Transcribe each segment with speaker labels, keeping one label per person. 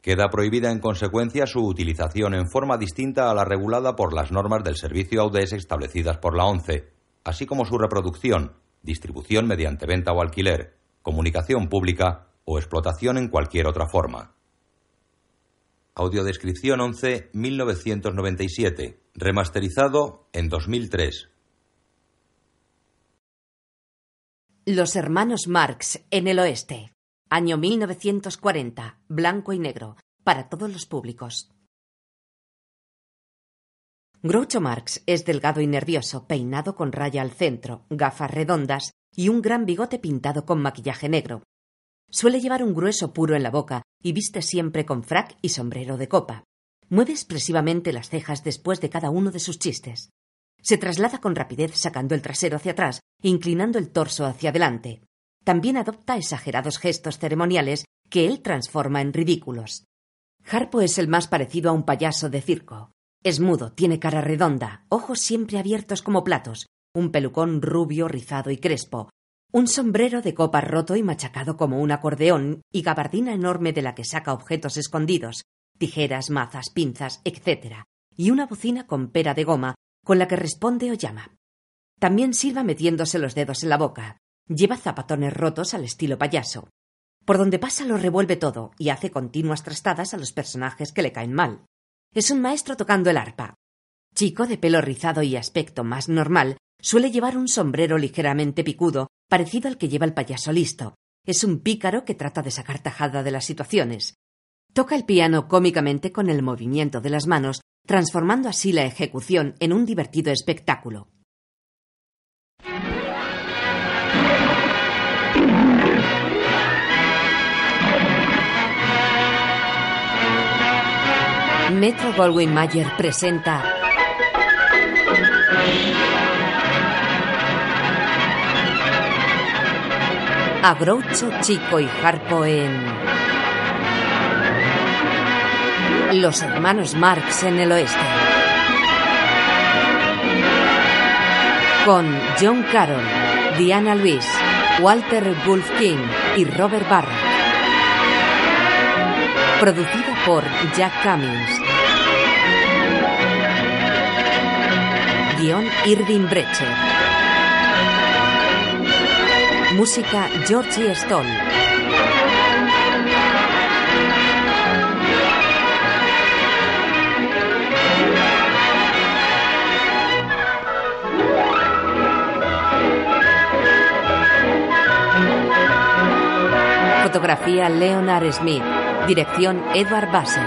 Speaker 1: Queda prohibida en consecuencia su utilización en forma distinta a la regulada por las normas del servicio AUDES establecidas por la ONCE, así como su reproducción, distribución mediante venta o alquiler, comunicación pública o explotación en cualquier otra forma. Audiodescripción 11-1997, remasterizado en 2003.
Speaker 2: Los hermanos Marx en el oeste. Año 1940. Blanco y negro. Para todos los públicos. Groucho Marx es delgado y nervioso, peinado con raya al centro, gafas redondas y un gran bigote pintado con maquillaje negro. Suele llevar un grueso puro en la boca y viste siempre con frac y sombrero de copa. Mueve expresivamente las cejas después de cada uno de sus chistes. Se traslada con rapidez sacando el trasero hacia atrás e inclinando el torso hacia adelante. También adopta exagerados gestos ceremoniales que él transforma en ridículos. Harpo es el más parecido a un payaso de circo. Es mudo, tiene cara redonda, ojos siempre abiertos como platos, un pelucón rubio, rizado y crespo, un sombrero de copa roto y machacado como un acordeón y gabardina enorme de la que saca objetos escondidos, tijeras, mazas, pinzas, etc., y una bocina con pera de goma con la que responde o llama. También silba metiéndose los dedos en la boca. Lleva zapatones rotos al estilo payaso. Por donde pasa lo revuelve todo y hace continuas trastadas a los personajes que le caen mal. Es un maestro tocando el arpa. Chico de pelo rizado y aspecto más normal, Suele llevar un sombrero ligeramente picudo, parecido al que lleva el payaso listo. Es un pícaro que trata de sacar tajada de las situaciones. Toca el piano cómicamente con el movimiento de las manos, transformando así la ejecución en un divertido espectáculo. Metro Goldwyn Mayer presenta a Groucho, Chico y Harpo en Los hermanos Marx en el oeste. Con John Carroll, Diana Luis, Walter Wolf King y Robert Barra. Producida por Jack Cummings. Guión Irving Brecher. Música Georgie Stoll. Fotografía Leonard Smith. Dirección Edward Bassett.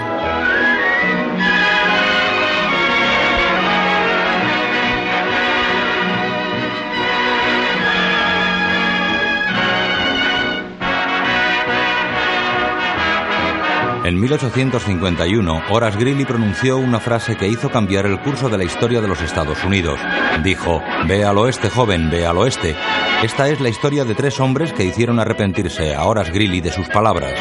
Speaker 1: En 1851, Horace Greeley pronunció una frase que hizo cambiar el curso de la historia de los Estados Unidos. Dijo, Ve al oeste, joven, ve al oeste. Esta es la historia de tres hombres que hicieron arrepentirse a Horace Greeley de sus palabras.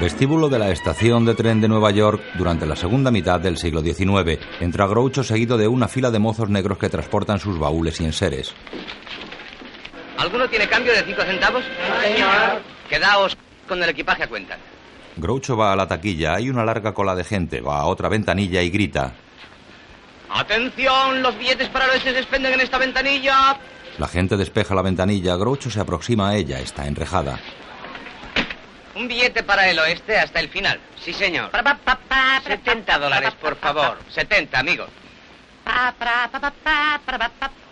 Speaker 1: Vestíbulo de la estación de tren de Nueva York durante la segunda mitad del siglo XIX. Entra Groucho seguido de una fila de mozos negros que transportan sus baúles y enseres.
Speaker 3: ¿Alguno tiene cambio de cinco centavos? señor. Quedaos con el equipaje a cuenta.
Speaker 1: Groucho va a la taquilla, hay una larga cola de gente, va a otra ventanilla y grita.
Speaker 3: Atención, los billetes para el oeste se expenden en esta ventanilla.
Speaker 1: La gente despeja la ventanilla, Groucho se aproxima a ella, está enrejada.
Speaker 3: Un billete para el oeste hasta el final.
Speaker 4: Sí, señor.
Speaker 3: 70 dólares, por favor. 70, amigo.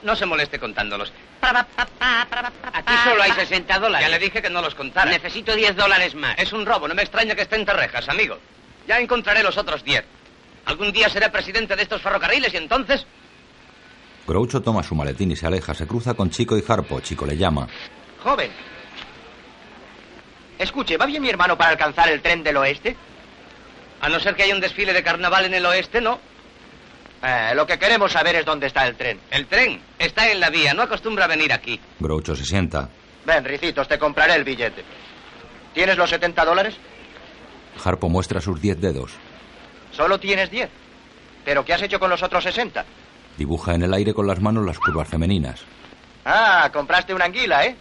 Speaker 3: No se moleste contándolos.
Speaker 4: Aquí solo hay 60
Speaker 3: Ya
Speaker 4: dólares.
Speaker 3: le dije que no los contara.
Speaker 4: Necesito 10 dólares más.
Speaker 3: Es un robo, no me extraña que esté entre rejas, amigo. Ya encontraré los otros 10. Algún día seré presidente de estos ferrocarriles y entonces...
Speaker 1: Groucho toma su maletín y se aleja, se cruza con Chico y Harpo, Chico le llama.
Speaker 3: Joven. Escuche, ¿va bien mi hermano para alcanzar el tren del oeste? A no ser que haya un desfile de carnaval en el oeste, no. Eh, lo que queremos saber es dónde está el tren. El tren está en la vía, no acostumbra a venir aquí.
Speaker 1: Groucho se sienta.
Speaker 3: Ven, Ricitos, te compraré el billete. ¿Tienes los 70 dólares?
Speaker 1: Harpo muestra sus diez dedos.
Speaker 3: Solo tienes 10. ¿Pero qué has hecho con los otros 60?
Speaker 1: Dibuja en el aire con las manos las curvas femeninas.
Speaker 3: Ah, compraste una anguila, ¿eh?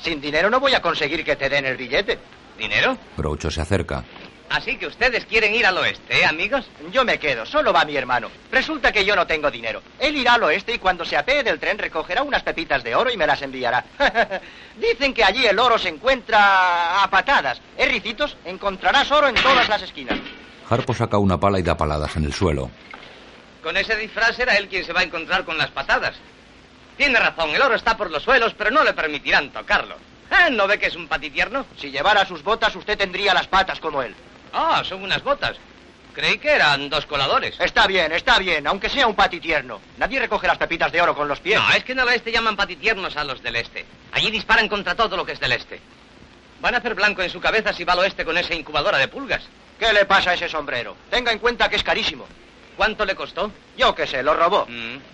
Speaker 3: Sin dinero no voy a conseguir que te den el billete. ¿Dinero?
Speaker 1: Groucho se acerca.
Speaker 3: Así que ustedes quieren ir al oeste, ¿eh, amigos? Yo me quedo, solo va mi hermano. Resulta que yo no tengo dinero. Él irá al oeste y cuando se apee del tren recogerá unas pepitas de oro y me las enviará. Dicen que allí el oro se encuentra a patadas. ¿Eh, Ricitos? Encontrarás oro en todas las esquinas.
Speaker 1: Harpo saca una pala y da paladas en el suelo.
Speaker 3: Con ese disfraz será él quien se va a encontrar con las patadas. Tiene razón, el oro está por los suelos, pero no le permitirán tocarlo. Ah, ¿No ve que es un patitierno? Si llevara sus botas, usted tendría las patas como él. Ah, son unas botas. Creí que eran dos coladores. Está bien, está bien, aunque sea un patitierno. Nadie recoge las pepitas de oro con los pies. No, es que en el este llaman patitiernos a los del este. Allí disparan contra todo lo que es del este. Van a hacer blanco en su cabeza si va al oeste con esa incubadora de pulgas. ¿Qué le pasa a ese sombrero? Tenga en cuenta que es carísimo. ¿Cuánto le costó? Yo qué sé, lo robó.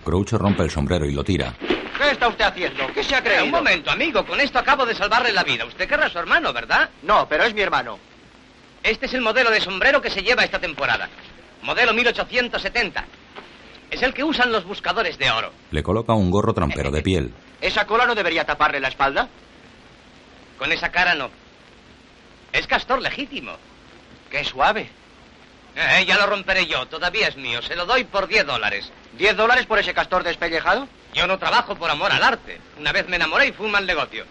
Speaker 1: Groucho rompe el sombrero y lo tira.
Speaker 3: Mm, ¿Qué está usted haciendo? ¿Qué se ha creído? Un momento, amigo. Con esto acabo de salvarle la vida. Usted querrá a su hermano, ¿verdad? No, pero es mi hermano. Este es el modelo de sombrero que se lleva esta temporada. Modelo 1870. Es el que usan los buscadores de oro.
Speaker 1: Le coloca un gorro trampero de piel.
Speaker 3: ¿Esa cola no debería taparle la espalda? Con esa cara no. Es castor legítimo. Qué suave. ya lo romperé yo. Todavía es mío. Se lo doy por 10 dólares. ¿10 dólares por ese castor despellejado? Yo no trabajo por amor al arte. Una vez me enamoré y fue un mal negocio.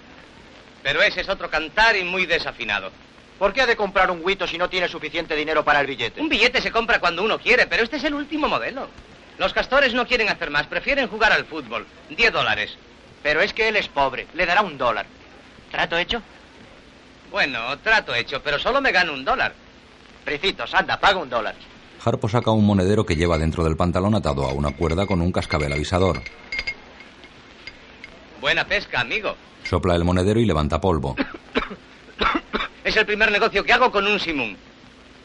Speaker 3: Pero ese es otro cantar y muy desafinado. ¿Por qué ha de comprar un huito si no tiene suficiente dinero para el billete? Un billete se compra cuando uno quiere, pero este es el último modelo. Los castores no quieren hacer más, prefieren jugar al fútbol. 10 dólares. Pero es que él es pobre. Le dará un dólar. ¿Trato hecho? Bueno, trato hecho, pero solo me gano un dólar. Precitos, anda, paga un dólar.
Speaker 1: Harpo saca un monedero que lleva dentro del pantalón atado a una cuerda con un cascabel avisador.
Speaker 3: Buena pesca, amigo.
Speaker 1: Sopla el monedero y levanta polvo.
Speaker 3: Es el primer negocio que hago con un simón.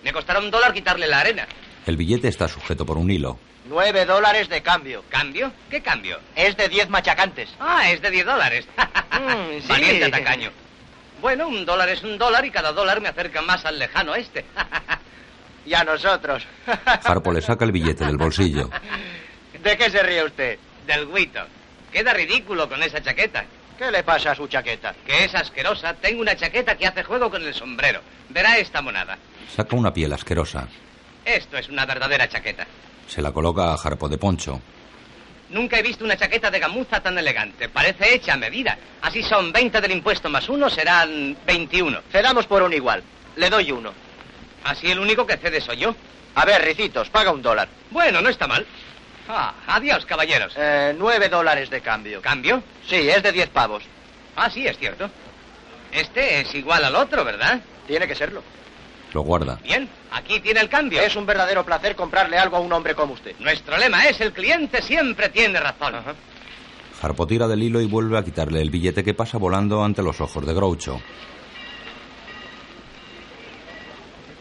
Speaker 3: Me costará un dólar quitarle la arena.
Speaker 1: El billete está sujeto por un hilo.
Speaker 3: Nueve dólares de cambio. ¿Cambio? ¿Qué cambio? Es de diez machacantes. Mm, Ah, es de diez dólares. Valiente tacaño. Bueno, un dólar es un dólar y cada dólar me acerca más al lejano este. y a nosotros.
Speaker 1: Harpo le saca el billete del bolsillo.
Speaker 3: ¿De qué se ríe usted? Del guito. Queda ridículo con esa chaqueta. ¿Qué le pasa a su chaqueta? Que es asquerosa. Tengo una chaqueta que hace juego con el sombrero. Verá esta monada.
Speaker 1: Saca una piel asquerosa.
Speaker 3: Esto es una verdadera chaqueta.
Speaker 1: Se la coloca a Harpo de poncho.
Speaker 3: Nunca he visto una chaqueta de gamuza tan elegante. Parece hecha a medida. Así son 20 del impuesto más uno, serán 21. Cedamos por un igual. Le doy uno. Así el único que cede soy yo. A ver, Ricitos, paga un dólar. Bueno, no está mal. Ah, adiós, caballeros. Eh, nueve dólares de cambio. ¿Cambio? Sí, es de diez pavos. Ah, sí, es cierto. Este es igual al otro, ¿verdad? Tiene que serlo.
Speaker 1: Lo guarda.
Speaker 3: Bien, aquí tiene el cambio. Es un verdadero placer comprarle algo a un hombre como usted. Nuestro lema es el cliente siempre tiene razón.
Speaker 1: Harpo tira del hilo y vuelve a quitarle el billete que pasa volando ante los ojos de Groucho.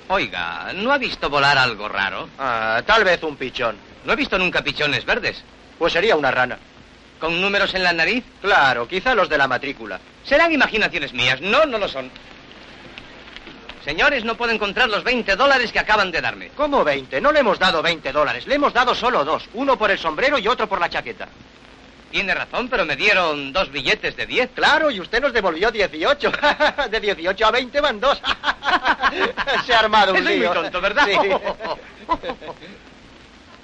Speaker 3: Oiga, ¿no ha visto volar algo raro? Ah, tal vez un pichón. No he visto nunca pichones verdes. Pues sería una rana. ¿Con números en la nariz? Claro, quizá los de la matrícula. Serán imaginaciones mías. No, no lo son. Señores, no puedo encontrar los 20 dólares que acaban de darme. ¿Cómo 20? No le hemos dado 20 dólares. Le hemos dado solo dos. Uno por el sombrero y otro por la chaqueta. Tiene razón, pero me dieron dos billetes de 10. Claro, y usted nos devolvió 18. De 18 a 20 van dos. Se ha armado un lío. muy tonto, ¿verdad?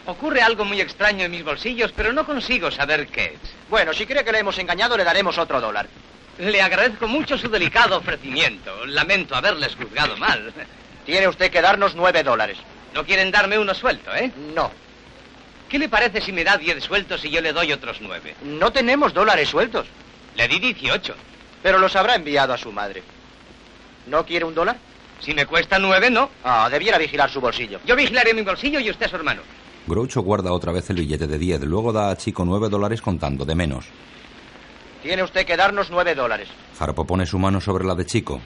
Speaker 3: Ocurre algo muy extraño en mis bolsillos, pero no consigo saber qué es. Bueno, si cree que le hemos engañado, le daremos otro dólar. Le agradezco mucho su delicado ofrecimiento. Lamento haberles juzgado mal. Tiene usted que darnos nueve dólares. No quieren darme uno suelto, ¿eh? No. ¿Qué le parece si me da diez sueltos y yo le doy otros nueve? No tenemos dólares sueltos. Le di dieciocho. Pero los habrá enviado a su madre. ¿No quiere un dólar? Si me cuesta nueve, no. Ah, debiera vigilar su bolsillo. Yo vigilaré mi bolsillo y usted su hermano.
Speaker 1: Groucho guarda otra vez el billete de 10, luego da a Chico 9 dólares contando de menos.
Speaker 3: Tiene usted que darnos nueve dólares.
Speaker 1: Harpo pone su mano sobre la de Chico.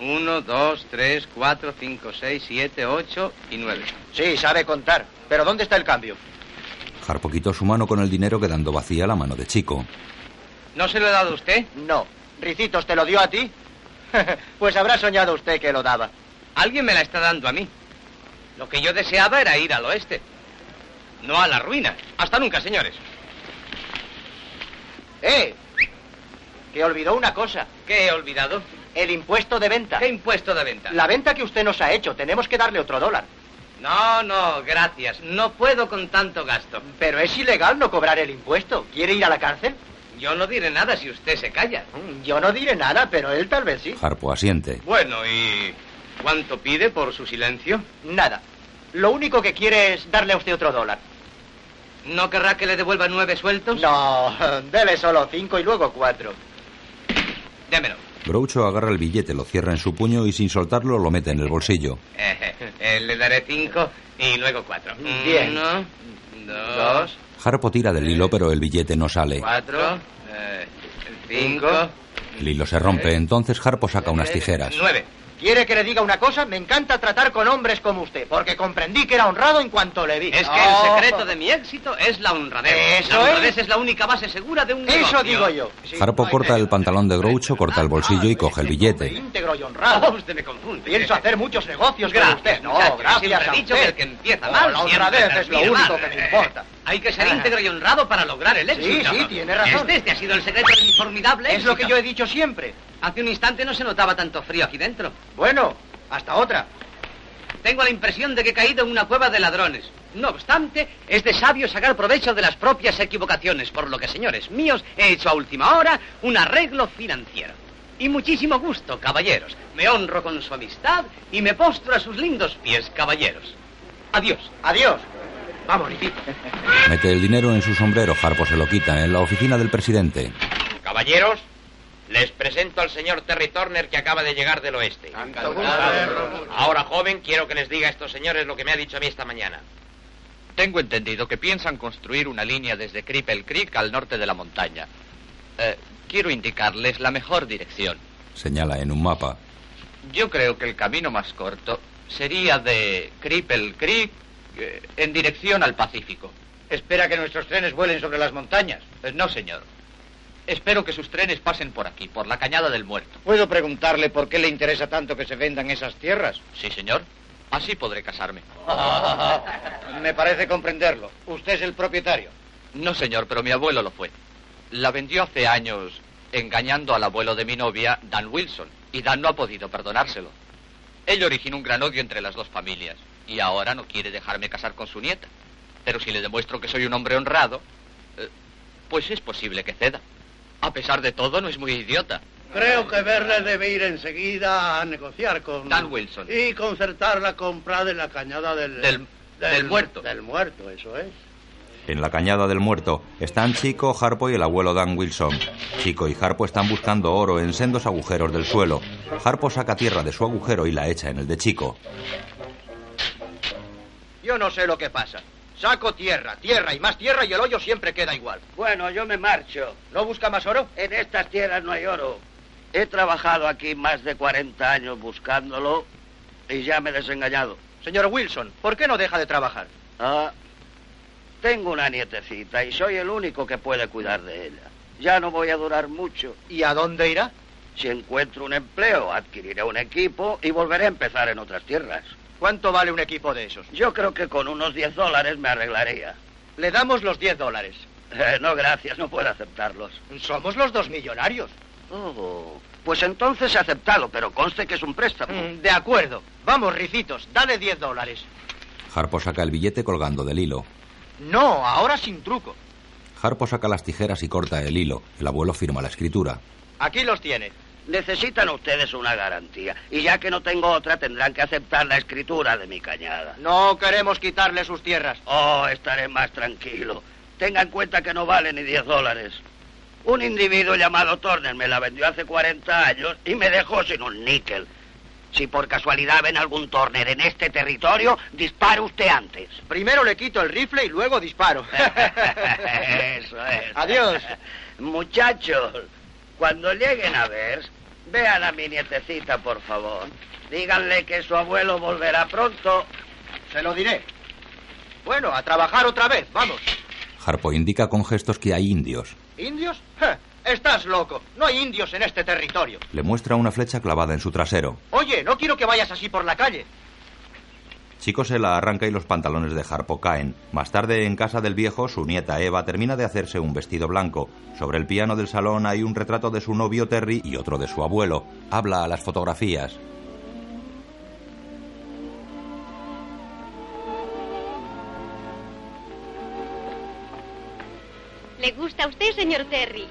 Speaker 3: Uno, dos, tres, cuatro, cinco, seis, siete, ocho y nueve.
Speaker 5: Sí, sabe contar. Pero ¿dónde está el cambio?
Speaker 1: Harpo quitó su mano con el dinero quedando vacía la mano de Chico.
Speaker 3: ¿No se lo he dado a usted?
Speaker 5: No. ¿Ricitos te lo dio a ti? pues habrá soñado usted que lo daba.
Speaker 3: Alguien me la está dando a mí. Lo que yo deseaba era ir al oeste. No a la ruina. Hasta nunca, señores.
Speaker 5: ¡Eh! Que olvidó una cosa.
Speaker 3: ¿Qué he olvidado?
Speaker 5: El impuesto de venta.
Speaker 3: ¿Qué impuesto de venta?
Speaker 5: La venta que usted nos ha hecho. Tenemos que darle otro dólar.
Speaker 3: No, no, gracias. No puedo con tanto gasto.
Speaker 5: Pero es ilegal no cobrar el impuesto. ¿Quiere ir a la cárcel?
Speaker 3: Yo no diré nada si usted se calla.
Speaker 5: Yo no diré nada, pero él tal vez sí.
Speaker 1: Harpo asiente.
Speaker 3: Bueno, ¿y cuánto pide por su silencio?
Speaker 5: Nada. Lo único que quiere es darle a usted otro dólar.
Speaker 3: ¿No querrá que le devuelva nueve sueltos?
Speaker 5: No, Ah, dele solo cinco y luego cuatro.
Speaker 3: Démelo.
Speaker 1: Groucho agarra el billete, lo cierra en su puño y sin soltarlo lo mete en el bolsillo.
Speaker 3: Eh, eh, le daré cinco y luego cuatro.
Speaker 5: Bien.
Speaker 3: Uno, dos,
Speaker 1: Harpo tira del hilo, pero el billete no sale.
Speaker 3: cuatro, eh, cinco.
Speaker 1: El hilo se rompe, entonces Harpo saca unas tijeras.
Speaker 3: Nueve.
Speaker 5: ¿Quiere que le diga una cosa? Me encanta tratar con hombres como usted, porque comprendí que era honrado en cuanto le vi.
Speaker 3: Es que el secreto de mi éxito es la honradez.
Speaker 5: Oh. Eso
Speaker 3: la honradez
Speaker 5: es.
Speaker 3: es. la única base segura de un negocio.
Speaker 5: Eso digo yo. Sí.
Speaker 1: Harpo corta el pantalón de Groucho, corta el bolsillo y coge el billete.
Speaker 5: Íntegro y honrado.
Speaker 3: Ah, usted me confunde.
Speaker 5: Pienso hacer muchos negocios con
Speaker 3: Gracias,
Speaker 5: usted. No,
Speaker 3: muchacho.
Speaker 5: gracias
Speaker 3: Siempre
Speaker 5: a
Speaker 3: he dicho
Speaker 5: usted.
Speaker 3: que el que empieza
Speaker 5: No,
Speaker 3: mal
Speaker 5: la
Speaker 3: siempre
Speaker 5: honradez es lo
Speaker 3: termina
Speaker 5: único
Speaker 3: mal.
Speaker 5: que me
Speaker 3: Eh,
Speaker 5: importa.
Speaker 3: Hay que ser
Speaker 5: Ah.
Speaker 3: íntegro y honrado para lograr el éxito.
Speaker 5: sí, tiene razón.
Speaker 3: Este, este ha sido el secreto de mi formidable
Speaker 5: Es lo que yo
Speaker 3: éxito.
Speaker 5: he dicho siempre.
Speaker 3: Hace un instante no se notaba tanto frío aquí dentro.
Speaker 5: Bueno, hasta otra.
Speaker 3: Tengo la impresión de que he caído en una cueva de ladrones. No obstante, es de sabio sacar provecho de las propias equivocaciones, por lo que, señores míos, he hecho a última hora un arreglo financiero. Y muchísimo gusto, caballeros. Me honro con su amistad y me postro a sus lindos pies, caballeros. Adiós.
Speaker 5: Adiós.
Speaker 3: Vamos, Lipito.
Speaker 1: Mete el dinero en su sombrero, Harpo se lo quita en la oficina del presidente.
Speaker 4: Caballeros, les presento al señor Terry Turner que acaba de llegar del oeste. Ahora, joven, quiero que les diga a estos señores lo que me ha dicho a mí esta mañana.
Speaker 6: Tengo entendido que piensan construir una línea desde Cripple Creek al norte de la montaña. Eh, quiero indicarles la mejor dirección.
Speaker 1: Señala en un mapa.
Speaker 6: Yo creo que el camino más corto sería de Cripple Creek eh, en dirección al Pacífico.
Speaker 4: Espera que nuestros trenes vuelen sobre las montañas.
Speaker 6: Eh, no, señor. Espero que sus trenes pasen por aquí, por la Cañada del Muerto.
Speaker 4: ¿Puedo preguntarle por qué le interesa tanto que se vendan esas tierras?
Speaker 6: Sí, señor. Así podré casarme.
Speaker 4: Me parece comprenderlo. Usted es el propietario.
Speaker 6: No, señor, pero mi abuelo lo fue. La vendió hace años engañando al abuelo de mi novia, Dan Wilson, y Dan no ha podido perdonárselo. Ello originó un gran odio entre las dos familias, y ahora no quiere dejarme casar con su nieta. Pero si le demuestro que soy un hombre honrado, eh, pues es posible que ceda. A pesar de todo, no es muy idiota.
Speaker 7: Creo que Verne debe ir enseguida a negociar con...
Speaker 4: Mm.
Speaker 6: Dan Wilson.
Speaker 7: Y concertar la compra de la cañada del...
Speaker 6: Del- del muerto.
Speaker 7: Del muerto, eso es.
Speaker 1: En la cañada del muerto están Chico, Harpo y el abuelo Dan Wilson. Chico y Harpo están buscando oro en sendos agujeros del suelo. Harpo saca tierra de su agujero y la echa en el de Chico.
Speaker 5: Yo no sé lo que pasa. Saco tierra, tierra y más tierra y el hoyo siempre queda igual.
Speaker 4: Bueno, yo me marcho.
Speaker 5: ¿No busca más oro?
Speaker 4: En estas tierras no hay oro. He trabajado aquí más de 40 años buscándolo y ya me he desengañado.
Speaker 5: Señor Wilson, ¿por qué no deja de trabajar?
Speaker 4: Ah, tengo una nietecita y soy el único que puede cuidar de ella. Ya no voy a durar mucho.
Speaker 5: ¿Y a dónde irá?
Speaker 4: Si encuentro un empleo, adquiriré un equipo y volveré a empezar en otras tierras.
Speaker 5: ¿Cuánto vale un equipo de esos?
Speaker 4: Yo creo que con unos 10 dólares me arreglaría.
Speaker 5: Le damos los 10 dólares.
Speaker 4: Eh, no, gracias, no puedo aceptarlos.
Speaker 5: Somos los dos millonarios.
Speaker 4: Oh, pues entonces he aceptado, pero conste que es un préstamo.
Speaker 5: Mm, de acuerdo. Vamos, ricitos, dale 10 dólares.
Speaker 1: Harpo saca el billete colgando del hilo.
Speaker 5: No, ahora sin truco.
Speaker 1: Harpo saca las tijeras y corta el hilo. El abuelo firma la escritura.
Speaker 5: Aquí los tiene.
Speaker 4: Necesitan ustedes una garantía. Y ya que no tengo otra, tendrán que aceptar la escritura de mi cañada.
Speaker 5: No queremos quitarle sus tierras.
Speaker 4: Oh, estaré más tranquilo. Tenga en cuenta que no vale ni 10 dólares. Un individuo llamado Turner me la vendió hace 40 años y me dejó sin un níquel. Si por casualidad ven algún Turner en este territorio, dispare usted antes.
Speaker 5: Primero le quito el rifle y luego disparo.
Speaker 4: Eso es.
Speaker 5: Adiós.
Speaker 4: Muchachos, cuando lleguen a ver, Vean a mi nietecita, por favor. Díganle que su abuelo volverá pronto.
Speaker 5: Se lo diré. Bueno, a trabajar otra vez, vamos.
Speaker 1: Harpo indica con gestos que hay indios.
Speaker 5: ¿Indios? Ja, Estás loco. No hay indios en este territorio.
Speaker 1: Le muestra una flecha clavada en su trasero.
Speaker 5: Oye, no quiero que vayas así por la calle.
Speaker 1: Chico se la arranca y los pantalones de Harpo caen. Más tarde, en casa del viejo, su nieta Eva termina de hacerse un vestido blanco. Sobre el piano del salón hay un retrato de su novio Terry y otro de su abuelo. Habla a las fotografías.
Speaker 8: ¿Le gusta a usted, señor Terry?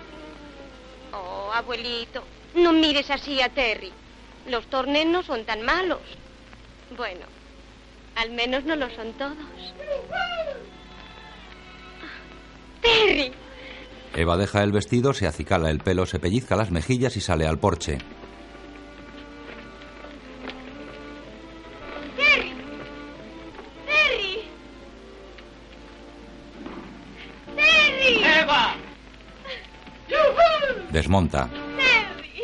Speaker 8: Oh, abuelito, no mires así a Terry. Los tornes no son tan malos. Bueno, al menos no lo son todos. ¡Terry!
Speaker 1: Eva deja el vestido, se acicala el pelo, se pellizca las mejillas y sale al porche.
Speaker 8: ¡Terry! ¡Terry! ¡Terry!
Speaker 3: ¡Eva!
Speaker 1: Desmonta.
Speaker 8: ¡Terry!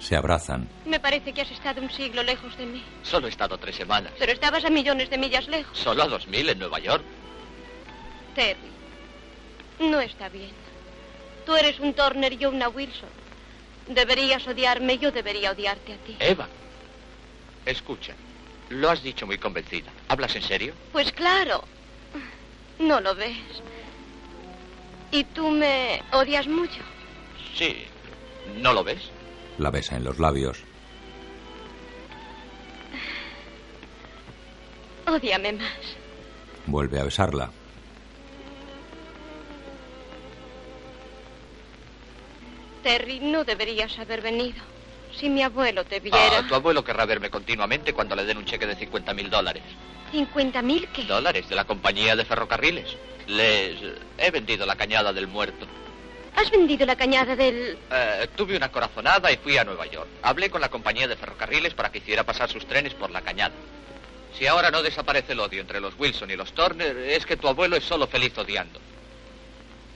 Speaker 1: Se abrazan.
Speaker 8: Me parece que has estado un siglo lejos de mí.
Speaker 6: Solo he estado tres semanas.
Speaker 8: Pero estabas a millones de millas lejos.
Speaker 6: Solo a 2000 en Nueva York.
Speaker 8: Terry, no está bien. Tú eres un Turner y yo una Wilson. Deberías odiarme, yo debería odiarte a ti.
Speaker 6: Eva, escucha. Lo has dicho muy convencida. ¿Hablas en serio?
Speaker 8: Pues claro, no lo ves. Y tú me odias mucho.
Speaker 6: Sí. ¿No lo ves?
Speaker 1: La besa en los labios.
Speaker 8: Ódiame más.
Speaker 1: Vuelve a besarla.
Speaker 8: Terry, no deberías haber venido. Si mi abuelo te viera...
Speaker 6: Ah, tu abuelo querrá verme continuamente cuando le den un cheque de 50 mil dólares.
Speaker 8: ¿Cincuenta mil qué?
Speaker 6: Dólares de la compañía de ferrocarriles. Les eh, he vendido la cañada del muerto.
Speaker 8: ¿Has vendido la cañada del...?
Speaker 6: Eh, tuve una corazonada y fui a Nueva York. Hablé con la compañía de ferrocarriles para que hiciera pasar sus trenes por la cañada. Si ahora no desaparece el odio entre los Wilson y los Turner, es que tu abuelo es solo feliz odiando.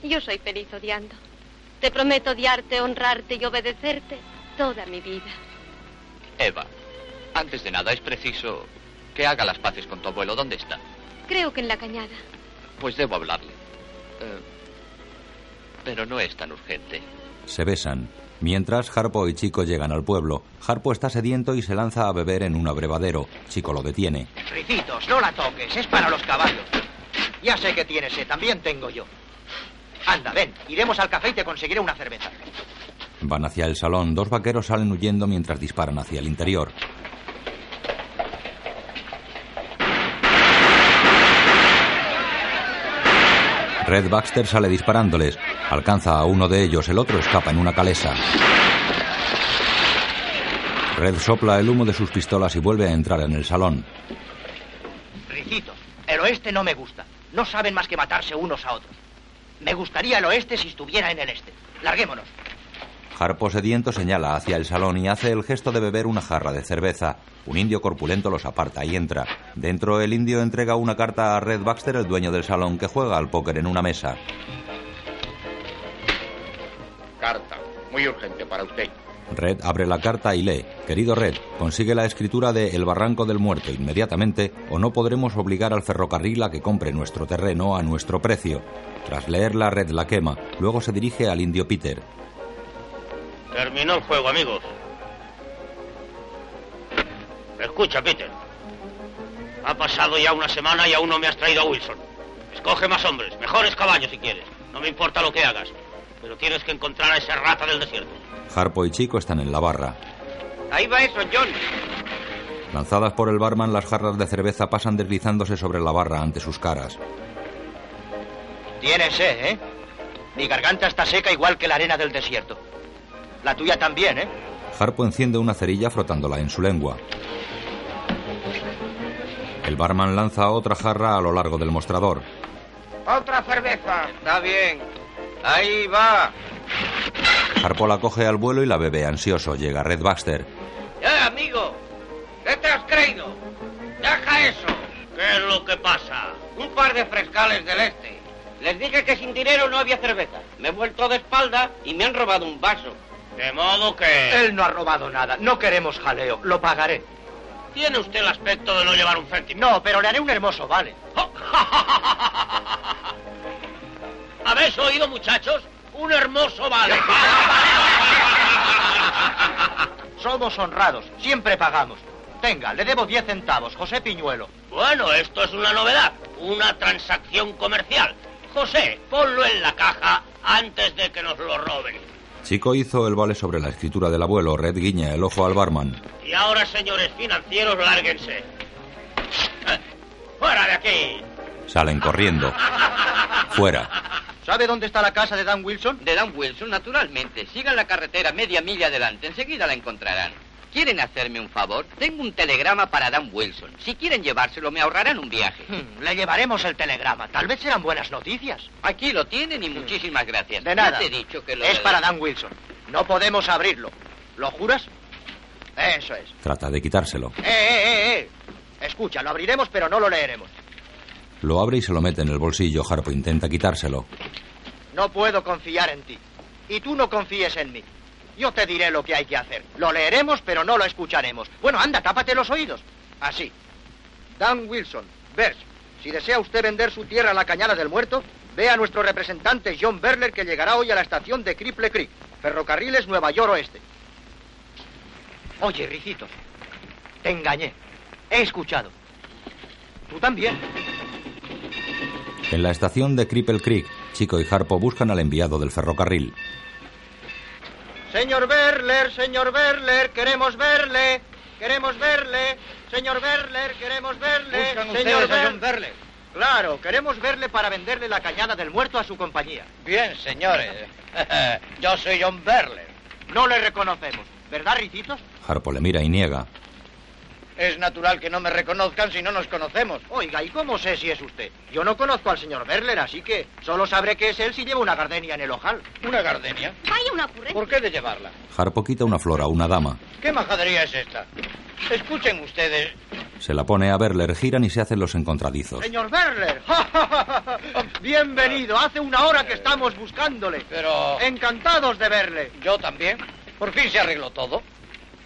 Speaker 8: Yo soy feliz odiando. Te prometo odiarte, honrarte y obedecerte toda mi vida.
Speaker 6: Eva, antes de nada es preciso que haga las paces con tu abuelo. ¿Dónde está?
Speaker 8: Creo que en la cañada.
Speaker 6: Pues debo hablarle. Eh, pero no es tan urgente.
Speaker 1: Se besan. Mientras, Harpo y Chico llegan al pueblo. Harpo está sediento y se lanza a beber en un abrevadero. Chico lo detiene.
Speaker 5: Ricitos, no la toques, es para los caballos. Ya sé que tienes sed, también tengo yo. Anda, ven, iremos al café y te conseguiré una cerveza.
Speaker 1: Van hacia el salón. Dos vaqueros salen huyendo mientras disparan hacia el interior. Red Baxter sale disparándoles. Alcanza a uno de ellos, el otro escapa en una calesa. Red sopla el humo de sus pistolas y vuelve a entrar en el salón.
Speaker 5: Ricitos, el oeste no me gusta. No saben más que matarse unos a otros. Me gustaría el oeste si estuviera en el este. Larguémonos.
Speaker 1: Harpo sediento señala hacia el salón y hace el gesto de beber una jarra de cerveza. Un indio corpulento los aparta y entra. Dentro el indio entrega una carta a Red Baxter, el dueño del salón, que juega al póker en una mesa.
Speaker 9: Carta, muy urgente para usted.
Speaker 1: Red abre la carta y lee. Querido Red, consigue la escritura de El Barranco del Muerto inmediatamente o no podremos obligar al ferrocarril a que compre nuestro terreno a nuestro precio. Tras leerla, Red la quema. Luego se dirige al indio Peter.
Speaker 9: Terminó el juego, amigos. Escucha, Peter. Ha pasado ya una semana y aún no me has traído a Wilson. Escoge más hombres, mejores caballos si quieres. No me importa lo que hagas, pero tienes que encontrar a ese rata del desierto.
Speaker 1: Harpo y Chico están en la barra.
Speaker 3: Ahí va eso, John.
Speaker 1: Lanzadas por el barman, las jarras de cerveza pasan deslizándose sobre la barra ante sus caras.
Speaker 5: Tienes sed, ¿eh? Mi garganta está seca igual que la arena del desierto. La tuya también, ¿eh?
Speaker 1: Harpo enciende una cerilla frotándola en su lengua. El barman lanza otra jarra a lo largo del mostrador.
Speaker 4: Otra cerveza.
Speaker 3: Está bien. Ahí va.
Speaker 1: Harpo la coge al vuelo y la bebe ansioso. Llega Red Baxter.
Speaker 3: ¡Eh, amigo! ¿Qué te has creído? ¡Deja eso!
Speaker 9: ¿Qué es lo que pasa?
Speaker 3: Un par de frescales del este. Les dije que sin dinero no había cerveza. Me he vuelto de espalda y me han robado un vaso.
Speaker 9: De modo que...
Speaker 5: Él no ha robado nada. No queremos jaleo. Lo pagaré.
Speaker 9: Tiene usted el aspecto de no llevar un céntimo.
Speaker 5: No, pero le haré un hermoso vale.
Speaker 9: ¿Habéis oído, muchachos? Un hermoso vale.
Speaker 5: Somos honrados. Siempre pagamos. Tenga, le debo 10 centavos, José Piñuelo.
Speaker 9: Bueno, esto es una novedad. Una transacción comercial. José, ponlo en la caja antes de que nos lo roben.
Speaker 1: Chico hizo el vale sobre la escritura del abuelo. Red guiña el ojo al barman.
Speaker 9: Y ahora, señores financieros, lárguense. ¡Fuera de aquí!
Speaker 1: Salen corriendo. Fuera.
Speaker 5: ¿Sabe dónde está la casa de Dan Wilson?
Speaker 3: De Dan Wilson, naturalmente. Sigan la carretera media milla adelante. Enseguida la encontrarán. ¿Quieren hacerme un favor? Tengo un telegrama para Dan Wilson. Si quieren llevárselo, me ahorrarán un viaje.
Speaker 5: Hmm, Le llevaremos el telegrama. Tal vez serán buenas noticias.
Speaker 3: Aquí lo tienen y muchísimas gracias.
Speaker 5: De nada.
Speaker 3: Ya te he dicho que lo
Speaker 5: Es
Speaker 3: de-
Speaker 5: para Dan Wilson. No podemos abrirlo. ¿Lo juras? Eso es.
Speaker 1: Trata de quitárselo.
Speaker 5: ¡Eh, eh, eh, eh! Escucha, lo abriremos, pero no lo leeremos.
Speaker 1: Lo abre y se lo mete en el bolsillo. Harpo intenta quitárselo.
Speaker 5: No puedo confiar en ti. Y tú no confíes en mí. Yo te diré lo que hay que hacer. Lo leeremos, pero no lo escucharemos. Bueno, anda, tápate los oídos. Así. Dan Wilson, Bers, si desea usted vender su tierra a la Cañada del Muerto, ve a nuestro representante John Berler que llegará hoy a la estación de Cripple Creek, Ferrocarriles Nueva York Oeste. Oye, Ricitos, te engañé. He escuchado. Tú también.
Speaker 1: En la estación de Cripple Creek, Chico y Harpo buscan al enviado del ferrocarril.
Speaker 5: Señor Berler, señor Berler, queremos verle. Queremos verle. Señor Berler, queremos verle.
Speaker 7: Buscan
Speaker 5: señor
Speaker 7: ustedes a
Speaker 5: Ber-
Speaker 7: John Berle.
Speaker 5: Claro, queremos verle para venderle la cañada del muerto a su compañía.
Speaker 4: Bien, señores. Yo soy John Berler.
Speaker 5: No le reconocemos. ¿Verdad, Ricitos?
Speaker 1: Harpo le mira y niega.
Speaker 4: Es natural que no me reconozcan si no nos conocemos.
Speaker 5: Oiga, ¿y cómo sé si es usted? Yo no conozco al señor Berler, así que solo sabré que es él si lleva una gardenia en el ojal.
Speaker 4: ¿Una gardenia?
Speaker 8: Vaya una ocurrencia.
Speaker 4: ¿Por qué de llevarla?
Speaker 1: Harpo quita una flor a una dama.
Speaker 4: ¿Qué majadería es esta? Escuchen ustedes.
Speaker 1: Se la pone a Berler, giran y se hacen los encontradizos.
Speaker 5: Señor Berler, bienvenido. Hace una hora que estamos buscándole.
Speaker 4: Pero
Speaker 5: Encantados de verle.
Speaker 4: yo también. Por fin se arregló todo.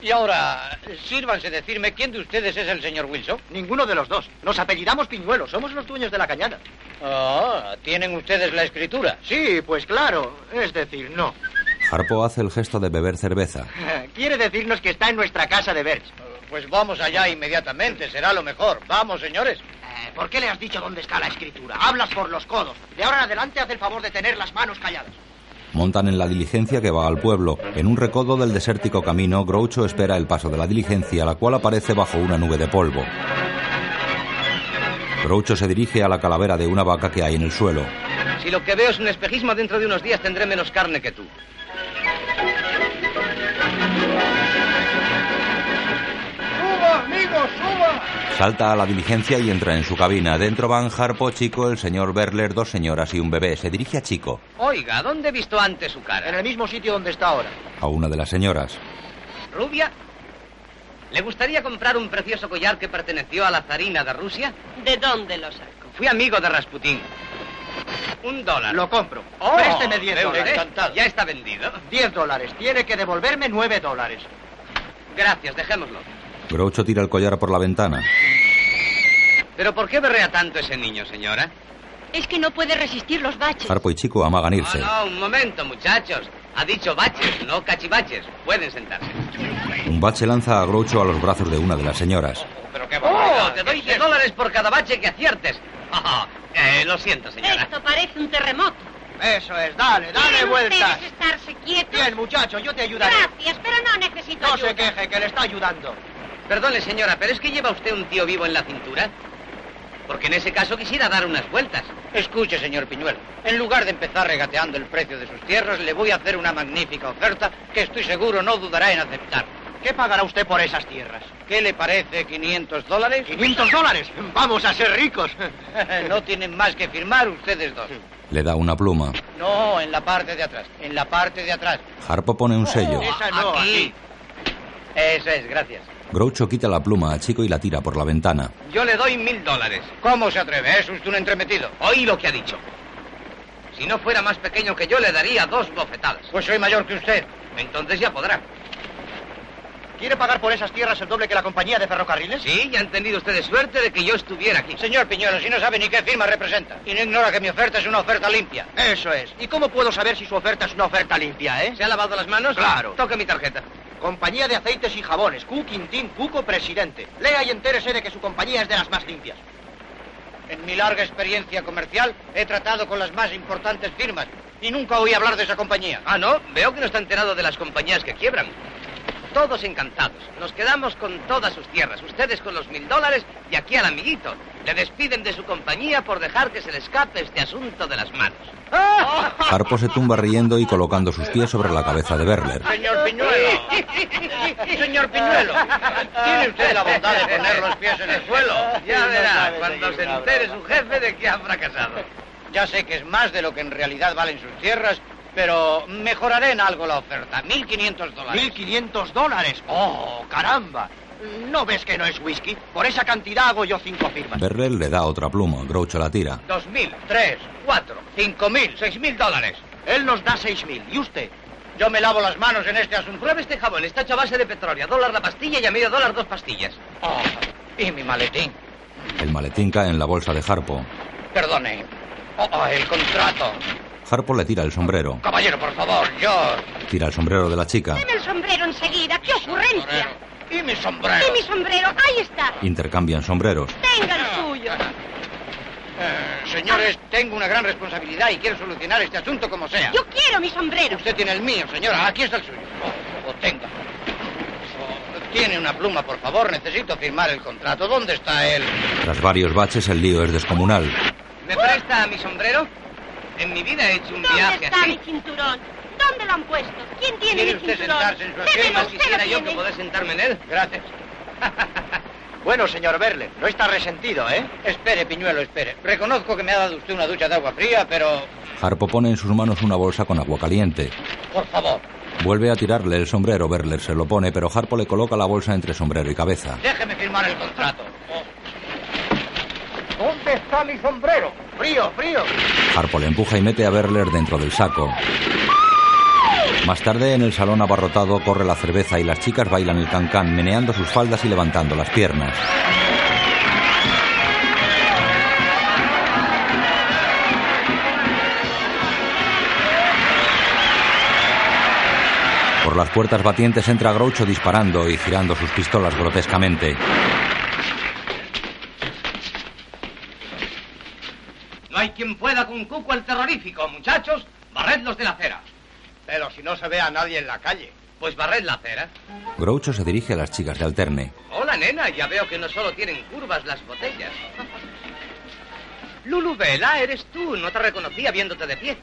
Speaker 4: Y ahora, sírvanse decirme quién de ustedes es el señor Wilson.
Speaker 5: Ninguno de los dos. Nos apellidamos Piñuelo. Somos los dueños de la cañada.
Speaker 4: Ah, tienen ustedes la escritura.
Speaker 5: Sí, pues claro. Es decir, no.
Speaker 1: Harpo hace el gesto de beber cerveza.
Speaker 5: Quiere decirnos que está en nuestra casa de Berch.
Speaker 4: Pues vamos allá inmediatamente, será lo mejor. Vamos, señores.
Speaker 5: Eh, ¿Por qué le has dicho dónde está la escritura? Hablas por los codos. De ahora en adelante haz el favor de tener las manos calladas.
Speaker 1: Montan en la diligencia que va al pueblo. En un recodo del desértico camino, Groucho espera el paso de la diligencia, la cual aparece bajo una nube de polvo. Groucho se dirige a la calavera de una vaca que hay en el suelo.
Speaker 3: Si lo que veo es un espejismo, dentro de unos días tendré menos carne que tú.
Speaker 1: Salta a la diligencia y entra en su cabina. Dentro van Harpo, Chico, el señor Berler, dos señoras y un bebé. Se dirige a Chico,
Speaker 3: Oiga, ¿dónde he visto antes su
Speaker 5: En
Speaker 3: cara?
Speaker 5: el mismo sitio donde está ahora.
Speaker 1: a una de las señoras.
Speaker 3: ¿Rubia? ¿Le gustaría comprar un precioso collar que perteneció a la zarina de Rusia?
Speaker 10: ¿De dónde lo saco?
Speaker 3: Fui amigo de Rasputín. Un dólar.
Speaker 5: Lo compro.
Speaker 3: Oh,
Speaker 5: Présteme 10
Speaker 3: me
Speaker 5: dólares.
Speaker 3: encantado. Ya está vendido.
Speaker 5: 10 dólares. Tiene que devolverme 9 dólares.
Speaker 3: Gracias, dejémoslo.
Speaker 1: Groucho tira el collar por la ventana.
Speaker 3: ¿Pero por qué berrea tanto ese niño, señora?
Speaker 8: Es que no puede resistir los baches.
Speaker 1: Harpo y Chico amagan
Speaker 3: No,
Speaker 1: irse.
Speaker 3: no, un momento, muchachos. Ha dicho baches, no cachivaches. Pueden sentarse.
Speaker 1: Un bache lanza a Groucho a los brazos de una de las señoras.
Speaker 4: Pero qué
Speaker 3: Oh,
Speaker 4: barbaridad.
Speaker 3: te doy 10 dólares por cada bache que aciertes. Ah, eh, lo siento, señora.
Speaker 10: Esto parece un terremoto.
Speaker 5: Eso es. Dale, dale
Speaker 10: ¿Quieren
Speaker 5: vueltas.
Speaker 10: ustedes estarse quietos?
Speaker 5: Bien, muchacho, yo te ayudaré.
Speaker 10: Gracias, pero no necesito
Speaker 5: No
Speaker 10: ayuda.
Speaker 5: se queje, que le está ayudando.
Speaker 3: Perdone, señora, pero es que lleva usted un tío vivo en la cintura. Porque en ese caso quisiera dar unas vueltas.
Speaker 4: Escuche, señor Piñuel. En lugar de empezar regateando el precio de sus tierras, le voy a hacer una magnífica oferta que estoy seguro no dudará en aceptar.
Speaker 5: ¿Qué pagará usted por esas tierras?
Speaker 4: ¿Qué le parece 500 dólares?
Speaker 5: 500 dólares. Vamos a ser ricos.
Speaker 4: no tienen más que firmar ustedes dos.
Speaker 1: Le da una pluma.
Speaker 4: No, en la parte de atrás. En la parte de atrás.
Speaker 1: Harpo pone un sello.
Speaker 5: Esa no.
Speaker 3: Aquí.
Speaker 4: Eso es, gracias.
Speaker 1: Groucho quita la pluma a Chico y la tira por la ventana.
Speaker 3: Yo le doy mil dólares.
Speaker 4: ¿Cómo se atreve? Es usted un entremetido.
Speaker 3: Oí lo que ha dicho. Si no fuera más pequeño que yo, le daría dos bofetadas.
Speaker 4: Pues soy mayor que usted.
Speaker 3: Entonces ya podrá.
Speaker 5: ¿Quiere pagar por esas tierras el doble que la compañía de ferrocarriles?
Speaker 3: Sí, ya han tenido ustedes suerte de que yo estuviera aquí.
Speaker 5: Señor Piñero, si no sabe ni qué firma representa.
Speaker 4: Y no ignora que mi oferta es una oferta limpia.
Speaker 5: Eso es. ¿Y cómo puedo saber si su oferta es una oferta limpia, eh?
Speaker 3: ¿Se ha lavado las manos?
Speaker 5: Claro.
Speaker 3: Toque mi tarjeta.
Speaker 5: Compañía de aceites y jabones, Q Quintín Cuco, presidente. Lea y entérese de que su compañía es de las más limpias.
Speaker 4: En mi larga experiencia comercial he tratado con las más importantes firmas y nunca oí hablar de esa compañía.
Speaker 3: Ah, ¿no? Veo que no está enterado de las compañías que quiebran. Todos encantados. Nos quedamos con todas sus tierras. Ustedes con los mil dólares y aquí al amiguito. Le despiden de su compañía por dejar que se le escape este asunto de las manos.
Speaker 4: ¡Ah!
Speaker 3: ¡Oh!
Speaker 1: Harpo se tumba riendo y colocando sus pies sobre la cabeza de Berler.
Speaker 4: Señor Piñuelo. Señor Piñuelo. Tiene usted la bondad de poner los pies en el suelo.
Speaker 3: Ya verá,
Speaker 5: sabe,
Speaker 3: cuando
Speaker 5: señor
Speaker 3: se entere su jefe de que ha fracasado.
Speaker 4: Ya sé que es más de lo que en realidad valen sus tierras, pero mejoraré en algo la oferta. 1.500 dólares.
Speaker 5: 1.500 dólares. ¡Oh, caramba! ¿No ves que no es whisky? Por esa cantidad hago yo cinco firmas.
Speaker 1: Berler le da otra pluma, Groucho la tira.
Speaker 3: Dos mil, tres, cuatro, cinco mil, seis mil dólares.
Speaker 5: Él nos da 6.000. ¿Y usted?
Speaker 4: Yo me lavo las manos en este asunto.
Speaker 3: Pruebe este jabón, está hecho a base de petróleo. A dólar la pastilla y a medio dólar dos pastillas.
Speaker 5: Ah.
Speaker 4: Oh, y mi maletín.
Speaker 1: El maletín cae en la bolsa de Harpo.
Speaker 4: Perdone. Oh, oh, el contrato.
Speaker 1: Harpo le tira el sombrero.
Speaker 4: Caballero, por favor, yo.
Speaker 1: Tira el sombrero de la chica.
Speaker 10: Deme el sombrero enseguida. ¡Qué ocurrencia!
Speaker 4: Y mi sombrero.
Speaker 10: ¡Y mi sombrero! ¡Ahí está!
Speaker 1: Intercambian sombreros.
Speaker 10: ¡Tenga el suyo!
Speaker 4: Eh, señores, tengo una gran responsabilidad y quiero solucionar este asunto como sea.
Speaker 10: ¡Yo quiero mi sombrero!
Speaker 4: Usted tiene el mío, señora. Aquí está el suyo. Oh, oh, tenga. Oh, tiene una pluma, por favor. Necesito firmar el contrato. ¿Dónde está él?
Speaker 1: Tras varios baches el lío es descomunal.
Speaker 3: ¿Me presta mi sombrero? En mi vida he hecho un
Speaker 10: ¿Dónde
Speaker 3: viaje
Speaker 10: está
Speaker 3: así.
Speaker 10: mi cinturón? ¿Dónde lo han puesto? ¿Quién tiene
Speaker 4: ¿Quiere
Speaker 10: mi
Speaker 4: usted
Speaker 10: cinturón?
Speaker 4: sentarse en su asiento?
Speaker 10: Démelo,
Speaker 3: ¿No
Speaker 10: usted
Speaker 3: quisiera
Speaker 10: lo
Speaker 3: yo que
Speaker 10: tiene.
Speaker 3: poder sentarme en él?
Speaker 4: Gracias.
Speaker 5: Bueno, señor Berle, no está resentido, ¿eh?
Speaker 4: Espere, Piñuelo, espere. Reconozco que me ha dado usted una ducha de agua fría, pero...
Speaker 1: Harpo pone en sus manos una bolsa con agua caliente.
Speaker 4: Por favor,
Speaker 1: Vuelve a tirarle el sombrero, Berler se lo pone, pero Harpo le coloca la bolsa entre sombrero y cabeza.
Speaker 4: déjeme firmar el contrato. Oh,
Speaker 3: Oh.
Speaker 5: ¿Dónde está mi sombrero? Frío, frío.
Speaker 1: Harpo le empuja y mete a Berler dentro del saco. Más tarde, en el salón abarrotado, corre la cerveza y las chicas bailan el cancán, meneando sus faldas y levantando las piernas. Por las puertas batientes entra Groucho disparando y girando sus pistolas grotescamente.
Speaker 3: No hay quien pueda con Cuco el terrorífico, muchachos. Barredlos de la acera.
Speaker 4: Pero si no se ve a nadie en la calle.
Speaker 3: Pues barred la acera.
Speaker 1: Groucho se dirige a las chicas de alterne.
Speaker 3: Hola, nena. Ya veo que no solo tienen curvas las botellas. Lulu Vela, eres tú. No te reconocía viéndote de pie.